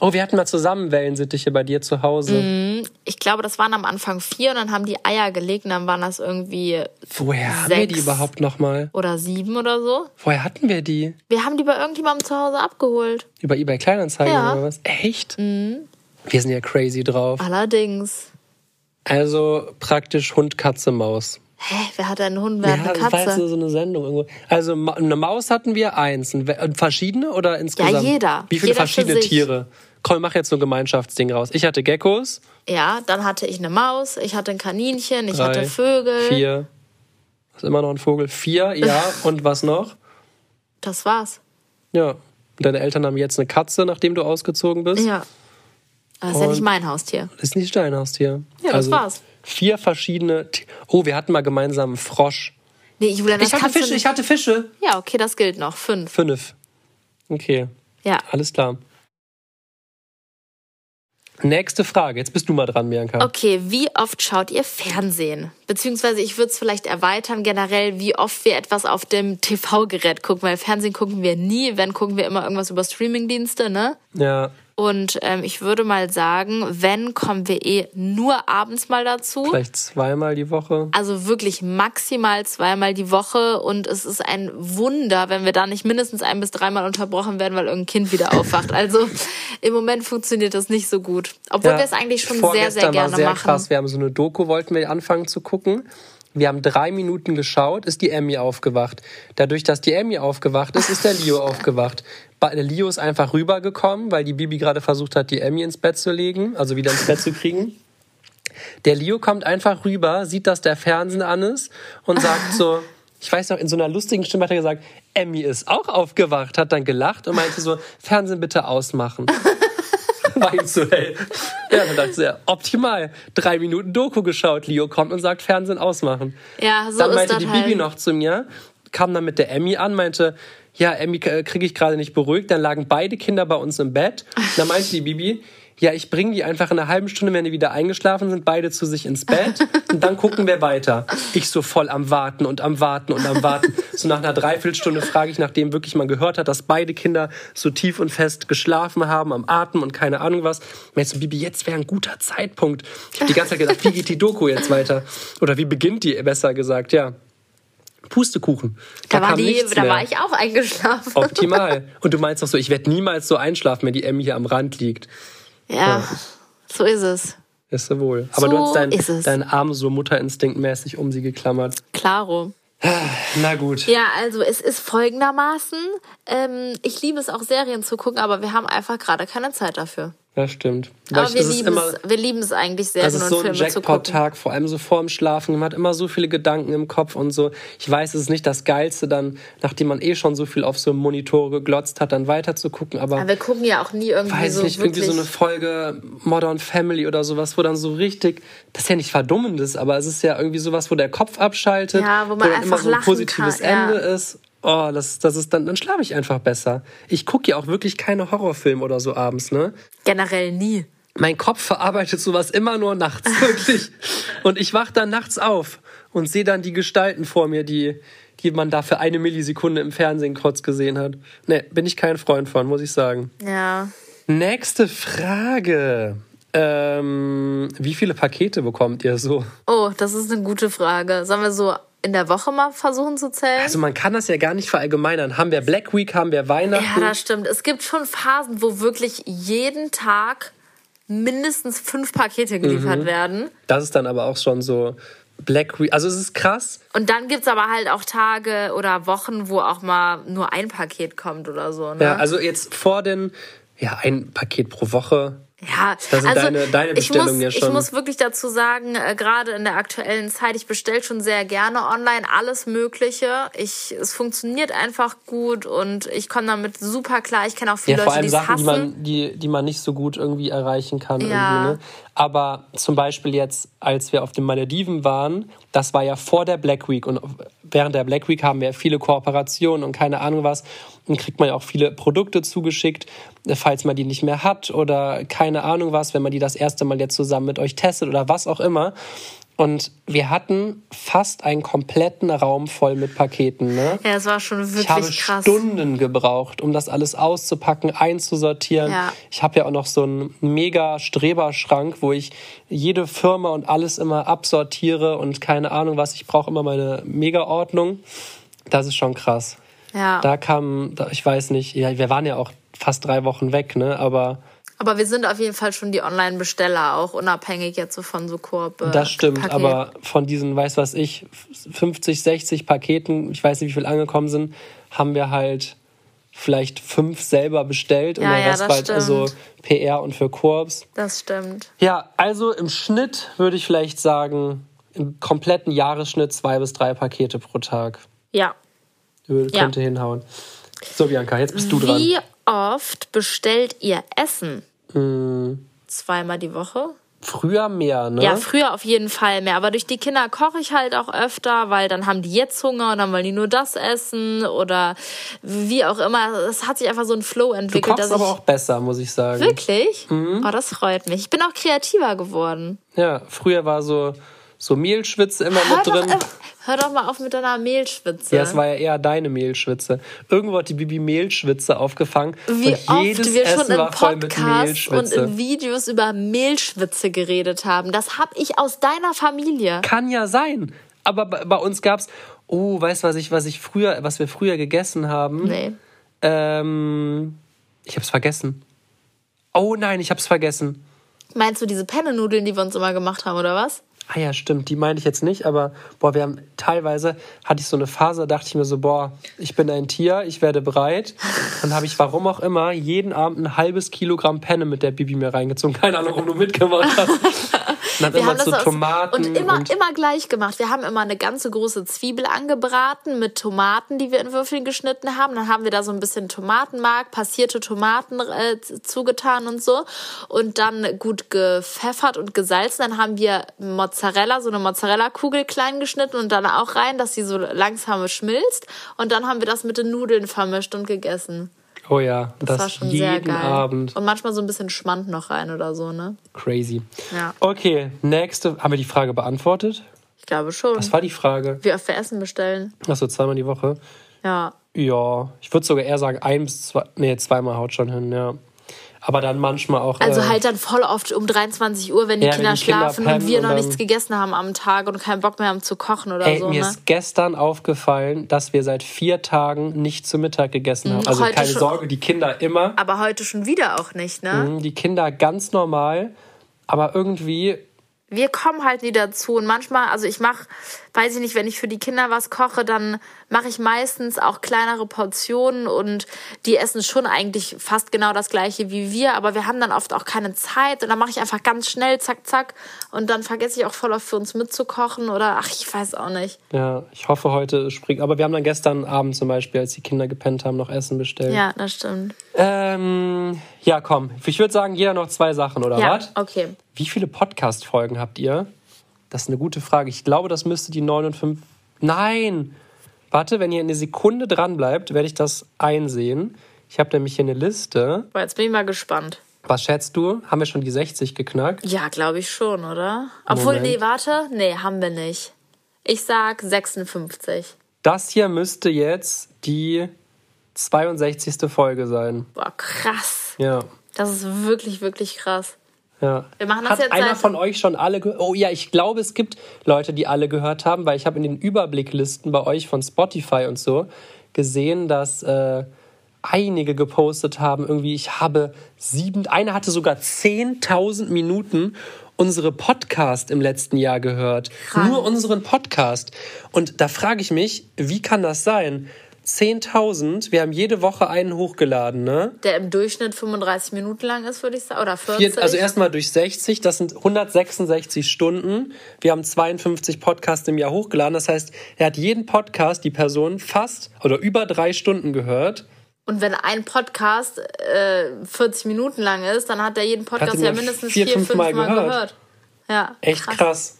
Oh, wir hatten mal zusammen Wellensittiche bei dir zu Hause.
Mm. Ich glaube, das waren am Anfang vier und dann haben die Eier gelegt und dann waren das irgendwie
Woher haben wir die
Sechs.
überhaupt nochmal?
oder sieben oder so.
Woher hatten wir die?
Wir haben die bei irgendjemandem zu Hause abgeholt.
Über eBay Kleinanzeigen
Ja. Mm.
oder was? Echt? Wir sind ja crazy drauf.
Allerdings.
Also praktisch Hund, Katze, Maus.
Hä, wer hat einen Hund, wer hat eine
das war jetzt
Katze?
nur so eine Sendung irgendwo. Also Ma- eine Maus hatten wir eins. Ein We- und Verschiedene oder insgesamt?
jeder.
Wie viele
Jeder für
verschiedene
sich.
Tiere? Komm, mach jetzt so ein Gemeinschaftsding raus. Ich hatte Geckos.
Ja, dann hatte ich eine Maus, ich hatte ein Kaninchen, ich
Drei,
hatte Vögel.
Vier. Ist immer noch ein Vogel. Vier, ja. Und was noch?
Das war's.
Ja. Und deine Eltern haben jetzt eine Katze, nachdem du ausgezogen bist.
Ja. Aber das ist ja nicht
Und-
mein Haustier.
Das ist nicht dein Haustier.
Ja, das war's.
Vier verschiedene. Ti- Oh, wir hatten mal gemeinsam einen Frosch.
Nee, Julian, das
Ich hatte
kannst du
Fische,
nicht-
ich hatte Fische.
Ja, okay, das gilt noch. Fünf.
Fünf. Okay,
Ja.
alles klar. Nächste Frage. Jetzt bist du mal dran, Bianca.
Okay, wie oft schaut ihr Fernsehen? Beziehungsweise ich würde es vielleicht erweitern, generell, wie oft wir etwas auf dem TV-Gerät gucken, weil Fernsehen gucken wir nie, wenn gucken wir immer irgendwas über Streamingdienste, ne?
Ja,
Und ähm, ich würde mal sagen, wenn kommen wir eh nur abends mal dazu.
vielleicht zweimal die Woche.
Also wirklich maximal zweimal die Woche und es ist ein Wunder, wenn wir da nicht mindestens ein bis dreimal unterbrochen werden, weil irgendein Kind wieder aufwacht. Also im Moment funktioniert das nicht so gut. Obwohl
Ja,
wir es eigentlich schon sehr,
vorgestern
sehr gerne
war sehr
machen.
Krass. Wir haben so eine Doku, wollten wir anfangen zu gucken. Wir haben drei Minuten geschaut, ist die Emmy aufgewacht. Dadurch, dass die Emmy aufgewacht ist, ist der Leo aufgewacht. Ba- Der Leo ist einfach rübergekommen, weil die Bibi gerade versucht hat, die Emmy ins Bett zu legen, also wieder ins Bett zu kriegen. Der Leo kommt einfach rüber, sieht, dass der Fernsehen an ist und sagt so, ich weiß noch, in so einer lustigen Stimme hat er gesagt, Emmy ist auch aufgewacht, hat dann gelacht und meinte so, Fernsehen bitte ausmachen. War ihm zu hell. Ja, dann dachte ich, so, ja, optimal. Drei Minuten Doku geschaut, Leo kommt und sagt, Fernsehen ausmachen.
Ja, so
dann
ist
meinte
das
die
halt.
Bibi noch zu mir, kam dann mit der Emmy an, meinte, ja, Emmy äh, kriege ich gerade nicht beruhigt. Dann lagen beide Kinder bei uns im Bett. Dann meinte die Bibi, ja, ich bringe die einfach in einer halben Stunde, wenn die wieder eingeschlafen sind, beide zu sich ins Bett und dann gucken wir weiter. Ich so voll am Warten und am Warten und am Warten. So nach einer Dreiviertelstunde frage ich, nachdem wirklich man gehört hat, dass beide Kinder so tief und fest geschlafen haben, am Atmen und keine Ahnung was. Meinte so, Bibi, jetzt wäre ein guter Zeitpunkt. Ich habe die ganze Zeit gedacht, wie geht die Doku jetzt weiter? Oder wie beginnt die, besser gesagt, ja. Pustekuchen.
Da, war,
kam
die,
nichts
da war
mehr.
ich auch eingeschlafen.
Optimal. Und du meinst doch so, ich werde niemals so einschlafen, wenn die Emmy hier am Rand liegt.
Ja, so ist es.
Ist sie wohl.
So
Aber du hast
ist es.
deinen, deinen Arm so mutterinstinktmäßig um sie geklammert.
Klaro.
Na gut.
Ja, also es ist folgendermaßen. Ähm, ich liebe es auch, Serien zu gucken, aber wir haben einfach gerade keine Zeit dafür.
Das stimmt. Weil
Aber
ich-
wir
das ist
lieben,
immer,
es, wir lieben es eigentlich,
das
Serien
ist
und
so ein
Filme zu gucken.
Jackpot-Tag, vor allem so vorm Schlafen. Man hat immer so viele Gedanken im Kopf und so. Ich weiß, es ist nicht das Geilste, dann, nachdem man eh schon so viel auf so Monitore geglotzt hat, dann weiter zu gucken. Aber
Aber wir gucken ja auch nie irgendwie
weiß
so
nicht, irgendwie
Also wirklich.
so eine Folge Modern Family oder sowas, wo dann so richtig, das ist ja nicht verdummendes, aber es ist ja irgendwie sowas, wo der Kopf abschaltet,
Ja, wo man
dann immer
einfach
so ein
lachen
positives
kann, ja.
Ende ist. Oh, das, das ist dann, dann schlafe ich einfach besser. Ich gucke ja auch wirklich keine Horrorfilme oder so abends, ne?
Generell nie.
Mein Kopf verarbeitet sowas immer nur nachts, wirklich. Und ich wach dann nachts auf und sehe dann die Gestalten vor mir, die, die man da für eine Millisekunde im Fernsehen kurz gesehen hat. Ne, bin ich kein Freund von, muss ich sagen.
Ja.
Nächste Frage. Ähm, wie viele Pakete bekommt ihr so?
Oh, das ist eine gute Frage. Sollen wir so in der Woche mal versuchen zu zählen?
Also man kann das ja gar nicht verallgemeinern. Haben wir Black Week, haben wir Weihnachten?
ja, das stimmt. Es gibt schon Phasen, wo wirklich jeden Tag mindestens fünf Pakete geliefert
Mhm.
werden.
das ist dann aber auch schon so Black Week. Also es ist krass.
Und dann gibt's aber halt auch Tage oder Wochen, wo auch mal nur ein Paket kommt oder so. Ne?
Ja, also jetzt vor den, ja, ein Paket pro Woche.
Ja, also
sind deine- deine
ich muss,
Bestellungen ja
Ich
schon.
muss wirklich dazu sagen, äh, gerade in der aktuellen Zeit, ich bestelle schon sehr gerne online alles Mögliche. Ich, es funktioniert einfach gut und ich komme damit super klar. Ich kenne auch
Ja,
viele
vor
Leute,
allem
die es
Sachen, die
hassen.
man, die, die man nicht so gut irgendwie erreichen kann.
Ja.
Irgendwie, ne? Aber zum Beispiel jetzt, als wir auf den Malediven waren, das war ja vor der Black Week. Und während der Black Week haben wir viele Kooperationen und keine Ahnung was. Und kriegt man ja auch viele Produkte zugeschickt, falls man die nicht mehr hat oder keine Ahnung was, wenn man die das erste Mal jetzt zusammen mit euch testet oder was auch immer. Und wir hatten fast einen kompletten Raum voll mit Paketen. Ne?
ja, es war schon
Ich habe
wirklich krass.
Stunden gebraucht, um das alles auszupacken, einzusortieren.
Ja.
Ich habe ja auch noch so einen mega Streberschrank, wo ich jede Firma und alles immer absortiere und keine Ahnung was. Ich brauche immer meine Mega-Ordnung. Das ist schon krass.
Ja.
Da kam, da, ich weiß nicht, ja, wir waren ja auch fast drei Wochen weg, ne? Aber
Aber wir sind auf jeden Fall schon die Online-Besteller, auch unabhängig jetzt so von so Koop. äh,
Das stimmt,
Paketen.
aber von diesen, weiß was ich, 50, 60 Paketen, ich weiß nicht, wie viel angekommen sind, haben wir halt vielleicht fünf selber bestellt und
Ja,
der
ja,
Rest
das
war halt also
stimmt.
PR und für Korps.
Das stimmt.
Ja, also im Schnitt würde ich vielleicht sagen, im kompletten Jahresschnitt zwei bis drei Pakete pro Tag.
Ja.
Würde-
Ja.
Könnte hinhauen. So, Bianca, jetzt bist du dran.
Wie oft bestellt ihr Essen?
Hm,
Zweimal die Woche?
früher mehr, ne?
Ja, früher auf jeden Fall mehr. Aber durch die Kinder koche ich halt auch öfter, weil dann haben die jetzt Hunger und dann wollen die nur das essen oder wie auch immer. Es hat sich einfach so ein Flow
du
entwickelt.
kochst
dass
aber
ich
auch Mhm. besser, muss ich sagen.
Wirklich? Oh, das freut mich. Ich bin auch kreativer geworden.
Ja, früher war so, so Mehlschwitze immer
Hör
mit
doch,
drin.
äh, hör doch mal auf mit deiner Mehlschwitze.
Ja, es war ja eher deine Mehlschwitze. Irgendwo hat die Bibi Mehlschwitze aufgefangen.
wie
und jedes
oft wir
Essen
schon in
war voll mit
Podcasts und
Mehlschwitze.
in Videos über Mehlschwitze geredet haben. Das hab ich aus deiner Familie.
Kann ja sein. Aber bei, bei uns gab's. Oh, weißt du, was ich, was ich früher, was wir früher gegessen haben?
Nee.
Ähm, ich hab's vergessen. Oh nein, ich hab's vergessen.
Meinst du diese Penne-Nudeln, die wir uns immer gemacht haben, oder was?
Ah ja, stimmt, die meine ich jetzt nicht, aber boah, wir haben teilweise hatte ich so eine Phase, dachte ich mir so, boah, ich bin ein Tier, ich werde breit. Dann habe ich warum auch immer jeden Abend ein halbes Kilogramm Penne mit der Bibi mir reingezogen. Keine Ahnung, warum du mitgemacht hast. Und dann immer zu
aus-
Tomaten
und immer, immer gleich gemacht. Wir haben immer eine ganze große Zwiebel angebraten mit Tomaten, die wir in Würfeln geschnitten haben. Dann haben wir da so ein bisschen Tomatenmark, passierte Tomaten äh, z- zugetan und so. Und dann gut gepfeffert und gesalzen. Dann haben wir Mozzarella, so eine Mozzarella-Kugel klein geschnitten und dann auch rein, dass sie so langsam schmilzt. Und dann haben wir das mit den Nudeln vermischt und gegessen.
oh ja, das,
Das, war schon
jeden
sehr geil.
Abend.
Und manchmal so ein bisschen Schmand noch rein oder so, ne?
Crazy.
Ja.
Okay, nächste. Haben wir die Frage beantwortet?
Ich glaube schon.
Was war die Frage?
Wie oft wir Essen bestellen.
Achso, zweimal die Woche.
Ja.
Ja, ich würde sogar eher sagen, ein bis zwei. Nee, zweimal haut schon hin, ja. Aber dann manchmal auch.
Also
äh,
halt dann voll oft um 23 Uhr, wenn die
Ja, wenn
Kinder
die Kinder
schlafen
pennen
und wir
und
noch
dann-
nichts gegessen haben am Tag und keinen Bock mehr haben zu kochen oder
Ey,
so.
mir
Ne?
ist gestern aufgefallen, dass wir seit vier Tagen nicht zu Mittag gegessen haben. Also
Mhm. heute
keine
schon.
Sorge, die Kinder immer.
Aber heute schon wieder auch nicht, ne?
Mhm, Die Kinder ganz normal. Aber irgendwie,
Wir kommen halt nie dazu und manchmal, also ich mache, weiß ich nicht, wenn ich für die Kinder was koche, dann mache ich meistens auch kleinere Portionen und die essen schon eigentlich fast genau das gleiche wie wir, aber wir haben dann oft auch keine Zeit und dann mache ich einfach ganz schnell, zack, zack und dann vergesse ich auch voll oft für uns mitzukochen oder ach, ich weiß auch nicht.
ja, ich hoffe, heute springt. Aber wir haben dann gestern Abend zum Beispiel, als die Kinder gepennt haben, noch Essen bestellt.
Ja, das stimmt.
Ähm, ja, komm. Ich würde sagen, jeder noch zwei Sachen, oder
Ja,
was?
okay.
Wie viele Podcast-Folgen habt ihr? Das ist eine gute Frage. Ich glaube, das müsste die 9 und 5. Nein! Warte, wenn ihr eine Sekunde dran bleibt, werde ich das einsehen. Ich habe nämlich hier eine Liste.
Boah, jetzt bin ich mal gespannt.
Was schätzt du? Haben wir schon die 60 geknackt?
Ja, glaube ich schon, oder? Obwohl,
Moment.
nee, warte. Nee, haben wir nicht. Ich sag 56.
Das hier müsste jetzt die 62. Folge sein.
Boah, krass.
Ja.
Das ist wirklich, wirklich krass.
Ja.
Wir machen das
Hat
jetzt
einer
seit-
von euch schon alle gehört? Oh ja, ich glaube, es gibt Leute, die alle gehört haben, weil ich habe in den Überblicklisten bei euch von Spotify und so gesehen, dass äh, einige gepostet haben, irgendwie, ich habe sieben, einer hatte sogar 10.000 Minuten unsere Podcast im letzten Jahr gehört.
Krank.
Nur unseren Podcast. Und da frage ich mich, wie kann das sein? 10.000, wir haben jede Woche einen hochgeladen, ne?
Der im Durchschnitt 35 Minuten lang ist, würde ich sagen. Oder 40.
Vier, also erstmal durch 60, das sind 166 Stunden. Wir haben 52 Podcasts im Jahr hochgeladen. Das heißt, er hat jeden Podcast, die Person, fast oder über drei Stunden gehört.
Und wenn ein Podcast äh, 40 Minuten lang ist, dann hat er jeden Podcast
ihn
ja
ja
mindestens
vier,
vier,
fünf
fünf
Mal
Mal
gehört.
gehört. Ja.
Echt krass.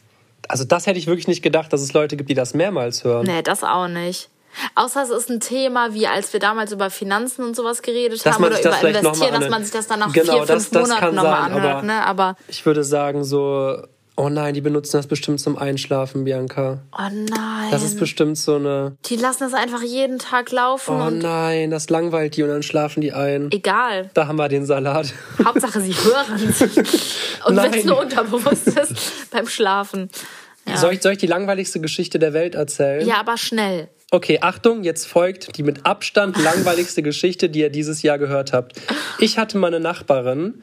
Also das hätte ich wirklich nicht gedacht, dass es Leute gibt, die das mehrmals hören.
Nee, das auch nicht. Außer es ist ein Thema, wie als wir damals über Finanzen und sowas geredet
Dass
haben
man
oder
sich das
über
vielleicht noch mal
Investieren, dass
anhört.
man sich das dann nach
Genau,
vier, fünf
das- das kann
Monaten nochmal
sein,
anhört.
aber-
ne? aber
Ich würde sagen so, oh nein, die benutzen das bestimmt zum Einschlafen, Bianca.
Oh nein.
Das ist bestimmt so eine,
die lassen es einfach jeden Tag laufen
oh
und
nein, das langweilt die und dann schlafen die ein.
egal.
Da haben wir den Salat.
Hauptsache sie hören es. Und
Nein.
wenn es nur unterbewusst ist, beim Schlafen.
Soll, ich, soll ich die langweiligste Geschichte der Welt erzählen?
Ja, aber schnell.
Okay, Achtung, jetzt folgt die mit Abstand langweiligste Geschichte, die ihr dieses Jahr gehört habt. Ich hatte mal eine Nachbarin,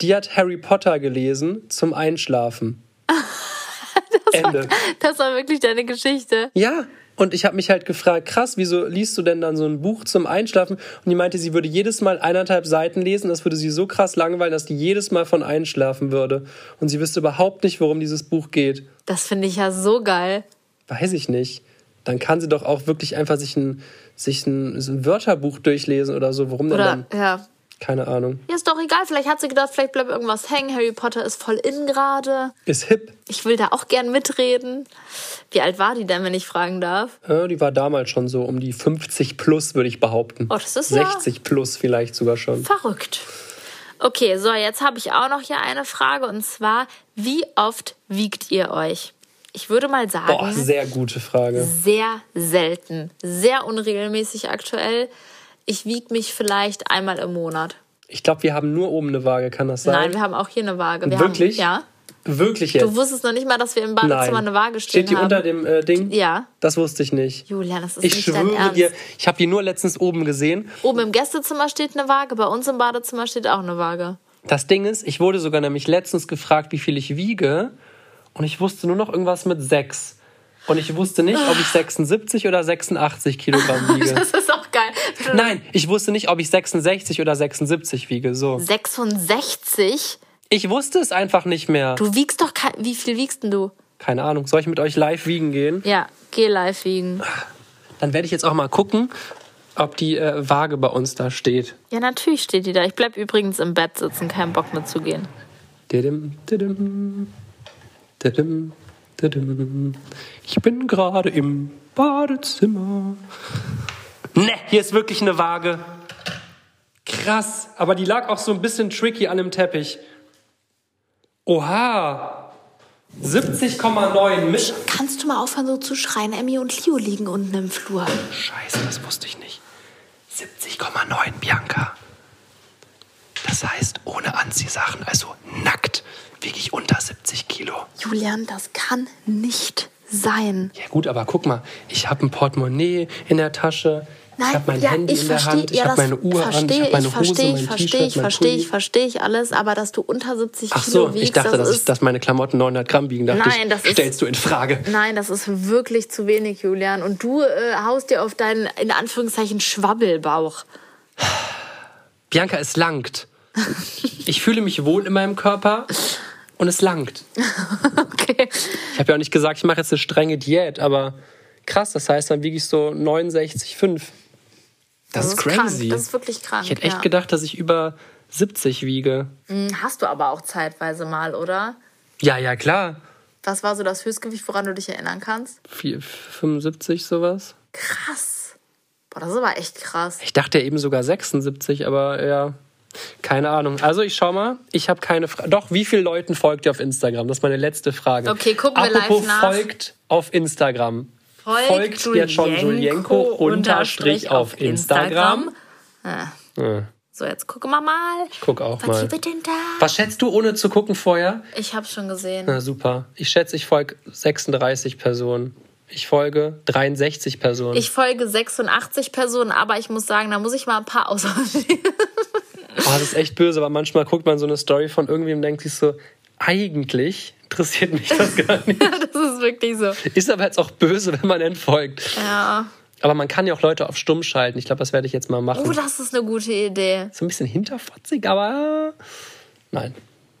die hat Harry Potter gelesen zum Einschlafen. Ende.
Das war wirklich deine Geschichte.
Ja, und ich habe mich halt gefragt, krass, wieso liest du denn dann so ein Buch zum Einschlafen? Und die meinte, sie würde jedes Mal eineinhalb Seiten lesen, das würde sie so krass langweilen, dass die jedes Mal von einschlafen würde. Und sie wüsste überhaupt nicht, worum dieses Buch geht.
Das finde ich ja so geil.
Weiß ich nicht. dann kann sie doch auch wirklich einfach sich ein, sich ein, so ein Wörterbuch durchlesen oder so. Warum denn
Oder,
dann?
ja.
Keine Ahnung.
Ja, ist doch egal. Vielleicht hat sie gedacht, vielleicht bleibt irgendwas hängen. Harry Potter ist voll in gerade.
Ist hip.
Ich will da auch gern mitreden. Wie alt war die denn, wenn ich fragen darf?
Ja, ne? die war damals schon so um die 50 plus, würde ich behaupten.
Oh, das ist ja-
60 plus vielleicht sogar schon.
Verrückt. Okay, so, jetzt habe ich auch noch hier eine Frage und zwar, wie oft wiegt ihr euch? Ich würde mal sagen,
Boah, sehr gute Frage.
sehr selten, sehr unregelmäßig aktuell. Ich wiege mich vielleicht einmal im Monat.
Ich glaube, wir haben nur oben eine Waage, kann das sein?
Nein, wir haben auch hier eine Waage. Wir
Wirklich?
Haben,
Wirklich
ja.
jetzt?
Du wusstest noch nicht mal, dass wir im Badezimmer eine Waage stehen
Steht die
haben.
unter dem äh, Ding?
Ja.
Das wusste ich nicht.
Julian, das ist
Ich
nicht dein
schwöre
Ernst.
dir, ich habe die nur letztens oben gesehen.
Oben im Gästezimmer steht eine Waage, bei uns im Badezimmer steht auch eine Waage.
Das Ding ist, ich wurde sogar nämlich letztens gefragt, wie viel ich wiege. Und ich wusste nur noch irgendwas mit 6. Und ich wusste nicht, ob ich 76 oder 86 Kilogramm wiege.
Das ist auch geil.
Nein, ich wusste nicht, ob ich 66 oder 76 wiege. So.
66?
Ich wusste es einfach nicht mehr.
Du wiegst doch kein. Wie viel wiegst denn du?
Keine Ahnung. Soll ich mit euch live wiegen gehen?
Ja, geh live wiegen.
Dann werde ich jetzt auch mal gucken, ob die äh, Waage bei uns da steht.
Ja, natürlich steht die da. Ich bleib übrigens im Bett sitzen, keinen Bock mitzugehen.
Didim, didim, didim, didim. Ich bin gerade im Badezimmer. Ne, hier ist wirklich eine Waage. Krass, aber die lag auch so ein bisschen tricky an dem Teppich. Oha, 70,9 Misch.
Kannst du mal aufhören, so zu schreien? Emmy und Leo liegen unten im Flur.
Scheiße, das wusste ich nicht. 70,9 Bianca. Das heißt, ohne Anziehsachen, also nackt, wiege ich unter 70 Kilo.
Julian, das kann nicht sein.
Ja gut, aber guck mal, ich habe ein Portemonnaie in der Tasche, ich habe mein
ja,
Handy in der
versteh-
Hand, ich
ja,
habe
das
meine Uhr an, ich
versteh
habe meine Hose,
versteh
mein
verstehe
T-Shirt,
ich,
mein
verstehe ich,
Pulli.
verstehe ich alles, aber dass du unter 70
Ach
Kilo
so,
wiegst,
ich dachte,
das
dass, ich,
ist
dass meine Klamotten 900 Gramm wiegen. Dachte
Nein,
ich,
das ist-
stellst du in Frage.
Nein, das ist wirklich zu wenig, Julian. Und du äh, haust dir auf deinen, in Anführungszeichen, Schwabbelbauch.
Bianca, es langt. Ich fühle mich wohl in meinem Körper und es langt.
Okay.
Ich habe ja auch nicht gesagt, ich mache jetzt eine strenge Diät, aber krass, das heißt, dann wiege ich so 69,5. Das, ist crazy.
Krank. Das ist wirklich krank.
ich hätte echt
ja.
gedacht, dass ich über 70 wiege.
Hm, Hast du aber auch zeitweise mal, oder?
Ja, ja, klar.
Was war so das Höchstgewicht, woran du dich erinnern kannst?
Vier- 75 sowas.
Krass. Boah, das ist aber echt krass.
Ich dachte ja eben sogar 76, aber ja, keine Ahnung. Also ich schau mal, ich habe keine Frage. Doch, wie vielen Leuten folgt ihr auf Instagram? Das ist meine letzte Frage.
Okay, gucken wir live
Apropos
nach.
folgt auf Instagram.
Folgt
jetzt schon
Julienko
Julienko unterstrich auf Instagram.
Ah.
Ja,
So, jetzt gucken wir mal.
guck auch
Was
mal.
gibt denn da?
Was schätzt du, ohne zu gucken vorher?
Ich hab's schon gesehen.
Na super. Ich schätze, ich folge 36 Personen. Ich folge 63 Personen.
Ich folge 86 Personen, aber ich muss sagen, da muss ich mal ein paar auswählen.
oh, das ist echt böse, weil manchmal guckt man so eine Story von irgendwem und denkt sich so, eigentlich interessiert mich das gar nicht.
das ist wirklich so.
Ist aber jetzt auch böse, wenn man entfolgt.
Ja.
Aber man kann ja auch Leute auf stumm schalten. Ich glaube, das werde ich jetzt mal machen.
Oh, das ist eine gute Idee.
so ein bisschen hinterfotzig, aber nein.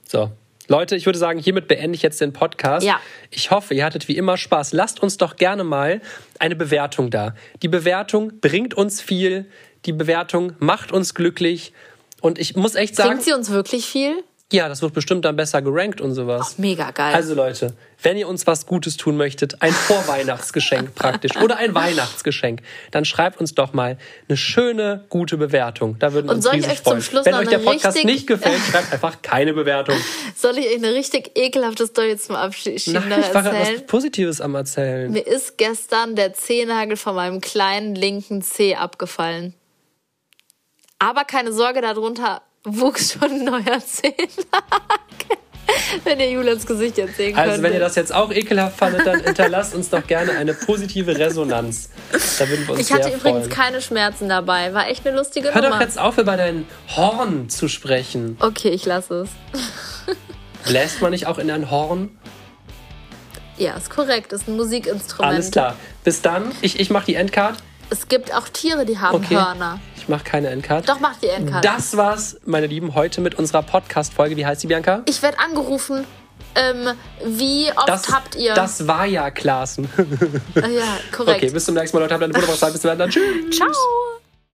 So. Leute, ich würde sagen, hiermit beende ich jetzt den Podcast.
Ja.
Ich hoffe, ihr hattet wie immer Spaß. Lasst uns doch gerne mal eine Bewertung da. Die Bewertung bringt uns viel. Die Bewertung macht uns glücklich. Und ich muss echt sagen,
Bringt sie uns wirklich viel?
ja, das wird bestimmt dann besser gerankt und sowas.
Mega geil.
Also Leute, wenn ihr uns was Gutes tun möchtet, ein Vorweihnachtsgeschenk praktisch oder ein Weihnachtsgeschenk, dann schreibt uns doch mal eine schöne, gute Bewertung. Da würden wir
Und
uns
soll ich
riesig
euch zum
freuen.
Schluss
wenn
noch
euch der
eine
Podcast
richtig-
nicht gefällt, schreibt einfach keine Bewertung.
Soll ich euch eine richtig ekelhafte Story zum Abschied
Nein, ich war gerade
erzählen?
was Positives am Erzählen.
Mir ist gestern der Zehennagel von meinem kleinen linken Zeh abgefallen. Aber keine Sorge, darunter wuchs schon ein neuer Zehennagel. Wenn ihr Julians Gesicht jetzt sehen könnt.
Also wenn ihr das jetzt auch ekelhaft fandet, dann hinterlasst uns doch gerne eine positive Resonanz. Da würden wir uns
ich hatte
sehr
übrigens
freuen.
keine Schmerzen dabei. War echt eine lustige
Hör doch
Nummer.
jetzt auf, über dein Horn zu sprechen.
Okay, ich lasse es.
Bläst man nicht auch in ein Horn?
Ja, ist korrekt. Ist ein Musikinstrument.
Alles klar. Bis dann. Ich, ich mache die Endcard.
Es gibt auch Tiere, die haben
Okay.
Hörner.
Ich mache keine Endcard.
Doch, mach die Endkarte.
Das war's, meine Lieben, heute mit unserer Podcast-Folge. Wie heißt die, Bianca?
Ich werde angerufen. ähm, wie oft
Das,
habt ihr. Ah
das war ja Klassen.
ja, korrekt.
Okay, bis zum nächsten Mal, Leute. Habt eine wunderbare Zeit. Bis dann. Tschüss.
Ciao.